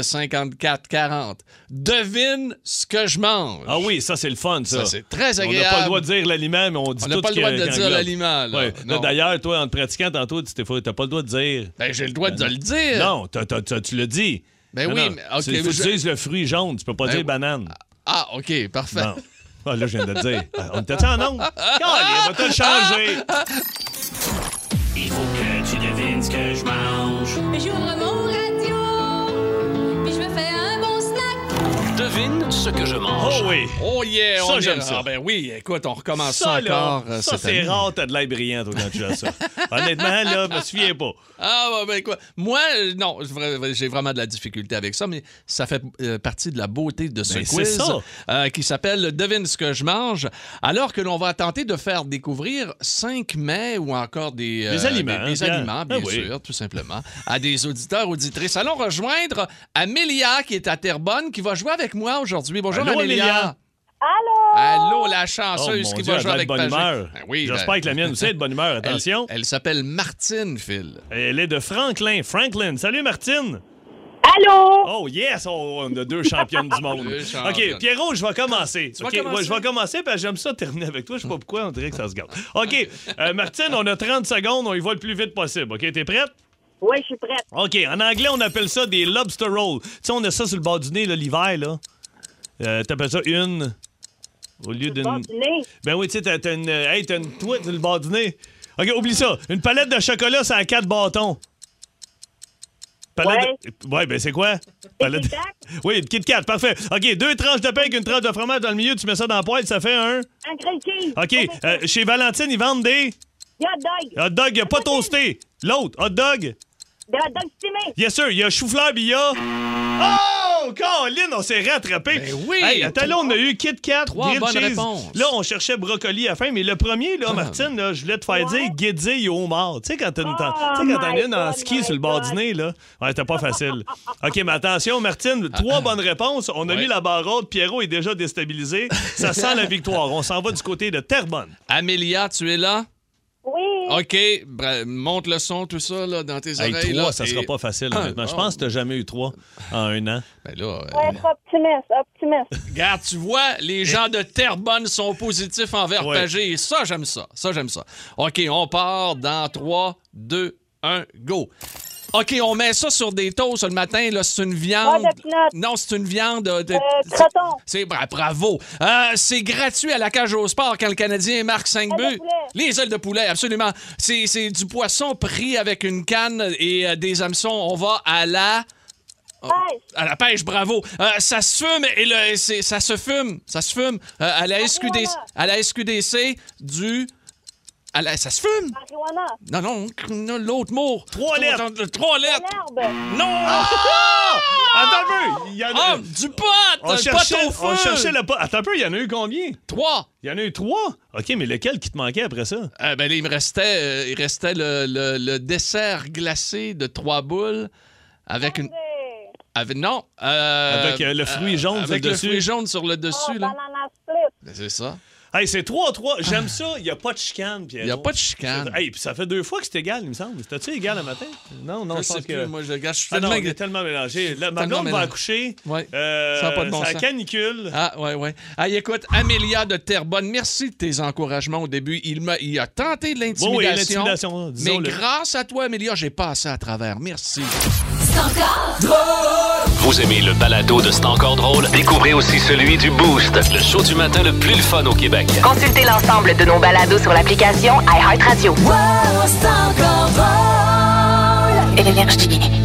[SPEAKER 1] 1-800-665-5440. Devine ce que je mange.
[SPEAKER 2] Ah oui, ça c'est le fun, ça.
[SPEAKER 1] Ça, c'est très
[SPEAKER 2] On n'a pas
[SPEAKER 1] agréable.
[SPEAKER 2] le droit de dire l'aliment, mais on dit
[SPEAKER 1] On
[SPEAKER 2] tout
[SPEAKER 1] n'a pas
[SPEAKER 2] ce
[SPEAKER 1] le droit
[SPEAKER 2] qui-
[SPEAKER 1] de
[SPEAKER 2] qui
[SPEAKER 1] dire
[SPEAKER 2] englobe.
[SPEAKER 1] l'aliment, là.
[SPEAKER 2] Ouais. Là,
[SPEAKER 1] Non.
[SPEAKER 2] D'ailleurs, toi, en te pratiquant tantôt, tu t'es fait- t'as pas le droit de dire.
[SPEAKER 1] Ben, j'ai le droit de le dire.
[SPEAKER 2] Non, t'as- t'as- t'as- tu le dis.
[SPEAKER 1] Ben
[SPEAKER 2] Non,
[SPEAKER 1] oui,
[SPEAKER 2] non.
[SPEAKER 1] mais- OK,
[SPEAKER 2] C'est- faut que
[SPEAKER 1] je-
[SPEAKER 2] tu dises le fruit jaune, tu peux pas
[SPEAKER 1] Ben
[SPEAKER 2] dire
[SPEAKER 1] oui.
[SPEAKER 2] banane.
[SPEAKER 1] Ah, OK, parfait.
[SPEAKER 2] Non. Ah, là, je viens de le dire. Ah, On était en onde? Calais, va te
[SPEAKER 1] Ah!
[SPEAKER 2] le changer.
[SPEAKER 11] Il faut que tu devines ce que je mange.
[SPEAKER 12] J'ouvre mon radio, puis je me fais un bon snack.
[SPEAKER 4] Devine ce que je mange.
[SPEAKER 2] Oh oui.
[SPEAKER 1] Oh yeah,
[SPEAKER 2] Ça,
[SPEAKER 1] on est-
[SPEAKER 2] j'aime ça.
[SPEAKER 1] Ah ben oui, écoute, on recommence ça,
[SPEAKER 2] là,
[SPEAKER 1] encore. euh,
[SPEAKER 2] ça,
[SPEAKER 1] cette
[SPEAKER 2] c'est
[SPEAKER 1] année.
[SPEAKER 2] rare, t'as de l'air brillant, toi, quand tu as ça.
[SPEAKER 1] [LAUGHS]
[SPEAKER 2] Honnêtement, là, je me souviens pas.
[SPEAKER 1] Ah, ouais, ben quoi. Moi, euh, non, je- vra- j'ai vraiment de la difficulté avec ça, mais ça fait euh, partie de la beauté de ce
[SPEAKER 2] Ben, c'est
[SPEAKER 1] quiz
[SPEAKER 2] ça.
[SPEAKER 1] euh, qui s'appelle Devine ce que je mange, alors que l'on va tenter de faire découvrir cinq mets ou encore des, euh,
[SPEAKER 2] Des aliments,
[SPEAKER 1] des, des
[SPEAKER 2] bien.
[SPEAKER 1] aliments, bien
[SPEAKER 2] Ah oui.
[SPEAKER 1] sûr, tout simplement, à des auditeurs, auditrices. Allons rejoindre Amélia qui est à Terrebonne, qui va jouer avec moi aujourd'hui. Bonjour,
[SPEAKER 2] Allô,
[SPEAKER 1] Amélia.
[SPEAKER 2] Amélia.
[SPEAKER 1] Allô, la
[SPEAKER 2] Oh,
[SPEAKER 1] chanceuse
[SPEAKER 2] mon
[SPEAKER 1] qui
[SPEAKER 2] Dieu,
[SPEAKER 1] va jouer
[SPEAKER 2] elle doit être
[SPEAKER 1] avec
[SPEAKER 2] bonne
[SPEAKER 1] Pagé.
[SPEAKER 2] humeur.
[SPEAKER 1] Ben oui, ben,
[SPEAKER 2] J'espère que la mienne aussi est de bonne humeur.
[SPEAKER 1] [LAUGHS] elle-
[SPEAKER 2] Attention.
[SPEAKER 1] Elle, s'appelle Martine, Phil.
[SPEAKER 2] Elle est de Franklin. Franklin. Salut, Martine.
[SPEAKER 9] Allô?
[SPEAKER 2] Oh, yes. Oh, on a deux championnes du monde.
[SPEAKER 1] [LAUGHS] Deux championnes.
[SPEAKER 2] OK, Pierrot, je vais commencer.
[SPEAKER 1] vas
[SPEAKER 2] OK,
[SPEAKER 1] commencer?
[SPEAKER 2] ouais, je vais commencer parce que j'aime ça terminer avec toi. Je sais pas pourquoi. On dirait que ça se
[SPEAKER 1] [LAUGHS]
[SPEAKER 2] gâte. OK, euh, Martine, on a 30 secondes. On y va le plus vite possible. OK, t'es prête?
[SPEAKER 9] Oui, je suis prête.
[SPEAKER 2] OK, en anglais, on appelle ça des lobster rolls. Tu sais, on a ça sur le bord du nez, là, l'hiver, là. Euh, T'appelles ça une. Au lieu
[SPEAKER 9] Bon,
[SPEAKER 2] d'une.
[SPEAKER 9] du nez.
[SPEAKER 2] Ben oui, tu sais, t'as t'as une. euh, Hey, t'as une tweet sur le bord du nez. OK, oublie ça. Une palette de chocolat, ça a quatre bâtons. Palette de- Ouais, ben c'est quoi? Palette...
[SPEAKER 9] Kit Kat.
[SPEAKER 2] [LAUGHS] Oui, de Kit Kat, parfait. OK, deux tranches de pain avec une tranche de fromage dans le milieu, tu mets ça dans la poêle, ça fait un.
[SPEAKER 9] Un grilled cheese.
[SPEAKER 2] OK, euh, chez Valentine, ils vendent des
[SPEAKER 9] Des hot dogs.
[SPEAKER 1] euh,
[SPEAKER 2] hot dogs pas toastés. L'autre, hot dog.
[SPEAKER 9] Des hot dogs stimés.
[SPEAKER 2] Yes, sir, il y a chou-fleur, puis il y a. Oh, Colin, on s'est rattrapé.
[SPEAKER 1] Ben oui.
[SPEAKER 2] Hey, attends, là, on a eu Kit Kat,
[SPEAKER 1] Trois
[SPEAKER 2] grilled
[SPEAKER 1] bonnes
[SPEAKER 2] cheese.
[SPEAKER 1] réponses. Ah.
[SPEAKER 2] Là, on cherchait brocoli à la fin, mais le premier, là, Martine, là, je voulais te faire dire guédille au homard. Tu sais, quand t'as une, t'en- tu sais, quand t'en as une en
[SPEAKER 9] Oh, my
[SPEAKER 2] ski
[SPEAKER 9] God,
[SPEAKER 2] sur le bord
[SPEAKER 9] my
[SPEAKER 2] du nez, là. Ouais, c'était
[SPEAKER 9] [LAUGHS]
[SPEAKER 2] pas facile. OK, mais attention, Martine, trois bonnes réponses. On a
[SPEAKER 1] Ah. Ouais.
[SPEAKER 2] mis la barre haute. Pierrot est déjà déstabilisé. Ça sent la victoire. On s'en va du côté de Terrebonne.
[SPEAKER 1] Amélia, tu es là?
[SPEAKER 9] Oui.
[SPEAKER 1] OK, bra- monte le son, tout ça, là, dans tes
[SPEAKER 2] Hey,
[SPEAKER 1] oreilles.
[SPEAKER 2] trois,
[SPEAKER 1] là, Ah.
[SPEAKER 2] ça
[SPEAKER 1] et-
[SPEAKER 2] sera pas facile, honnêtement. Je pense que t'as jamais eu trois en un an.
[SPEAKER 1] Ben là, euh,
[SPEAKER 10] Être optimiste, optimiste.
[SPEAKER 9] [LAUGHS]
[SPEAKER 1] regarde, tu vois, les gens de Terrebonne sont positifs envers
[SPEAKER 2] Eh. Ouais.
[SPEAKER 1] Pagé. Et ça, j'aime ça. Ça, j'aime ça. OK, on part dans 3, 2, 1, go. OK, on met ça sur des toasts le matin. Là, c'est une viande. non, c'est une viande. euh, de- C'est bra- bravo. Euh, c'est gratuit à la cage au sport quand le Canadien marque 5 buts. Les ailes de poulet, absolument. C'est, c'est du poisson pris avec une canne et euh, des hameçons. On va à la. Ah. À la pêche, bravo. Euh, ça se fume et le, c'est- ça se fume, ça se fume Euh, à la SQDC, à la SQDC du, à la- ça se fume. Non, non, non, l'autre mot. Trois
[SPEAKER 2] lettres.
[SPEAKER 1] Trois lettres. Ah! Non!
[SPEAKER 2] Attends un peu! Il y en a...
[SPEAKER 1] du pot!
[SPEAKER 2] On
[SPEAKER 1] le pot
[SPEAKER 2] cherchait,
[SPEAKER 1] au feu.
[SPEAKER 2] on cherchait le pot. Attends un peu, il y en a eu combien?
[SPEAKER 1] Trois!
[SPEAKER 2] Il y en a eu trois? OK, mais lequel qui te manquait après ça?
[SPEAKER 1] Euh, ben, là, il me restait, euh, il restait le, le- le dessert glacé de trois boules avec une. Avec, non. euh,
[SPEAKER 2] Avec, euh, le fruit jaune sur
[SPEAKER 1] avec
[SPEAKER 2] le
[SPEAKER 1] le
[SPEAKER 2] dessus.
[SPEAKER 1] fruit jaune sur le dessus. là. Ben, c'est ça.
[SPEAKER 2] Hey, c'est 3-3. J'aime ça. Il n'y a pas de chicane, Pierre.
[SPEAKER 1] Il n'y a pas de chicane.
[SPEAKER 2] Hey, puis ça fait deux fois que c'est égal, il me semble. C'était-tu égal le matin? Non, non,
[SPEAKER 1] Je
[SPEAKER 2] je, pense
[SPEAKER 1] sais
[SPEAKER 2] que.
[SPEAKER 1] plus, moi, je- regarde, je suis
[SPEAKER 2] ah, non,
[SPEAKER 1] tellement-
[SPEAKER 2] on est tellement mélangé. La, ma
[SPEAKER 1] Tellement
[SPEAKER 2] blonde va
[SPEAKER 1] mélangé.
[SPEAKER 2] accoucher.
[SPEAKER 1] Ouais.
[SPEAKER 2] Euh,
[SPEAKER 1] ça n'a pas de bon
[SPEAKER 2] c'est la
[SPEAKER 1] sens.
[SPEAKER 2] canicule.
[SPEAKER 1] Ah, ouais, ouais. Ah, écoute, Amélia de Terrebonne, merci de tes encouragements au début. Il, m'a, il a tenté de
[SPEAKER 2] Bon, oui,
[SPEAKER 1] l'intimidation.
[SPEAKER 2] l'intimidation, hein,
[SPEAKER 1] mais
[SPEAKER 2] disons-le.
[SPEAKER 1] grâce à toi, Amélia, j'ai passé à travers. Merci.
[SPEAKER 4] Vous aimez le balado de C'est encore drôle? Découvrez aussi celui du Boost, le show du matin le plus le fun au Québec.
[SPEAKER 3] Consultez l'ensemble de nos balados sur l'application iHeartRadio. Énergie.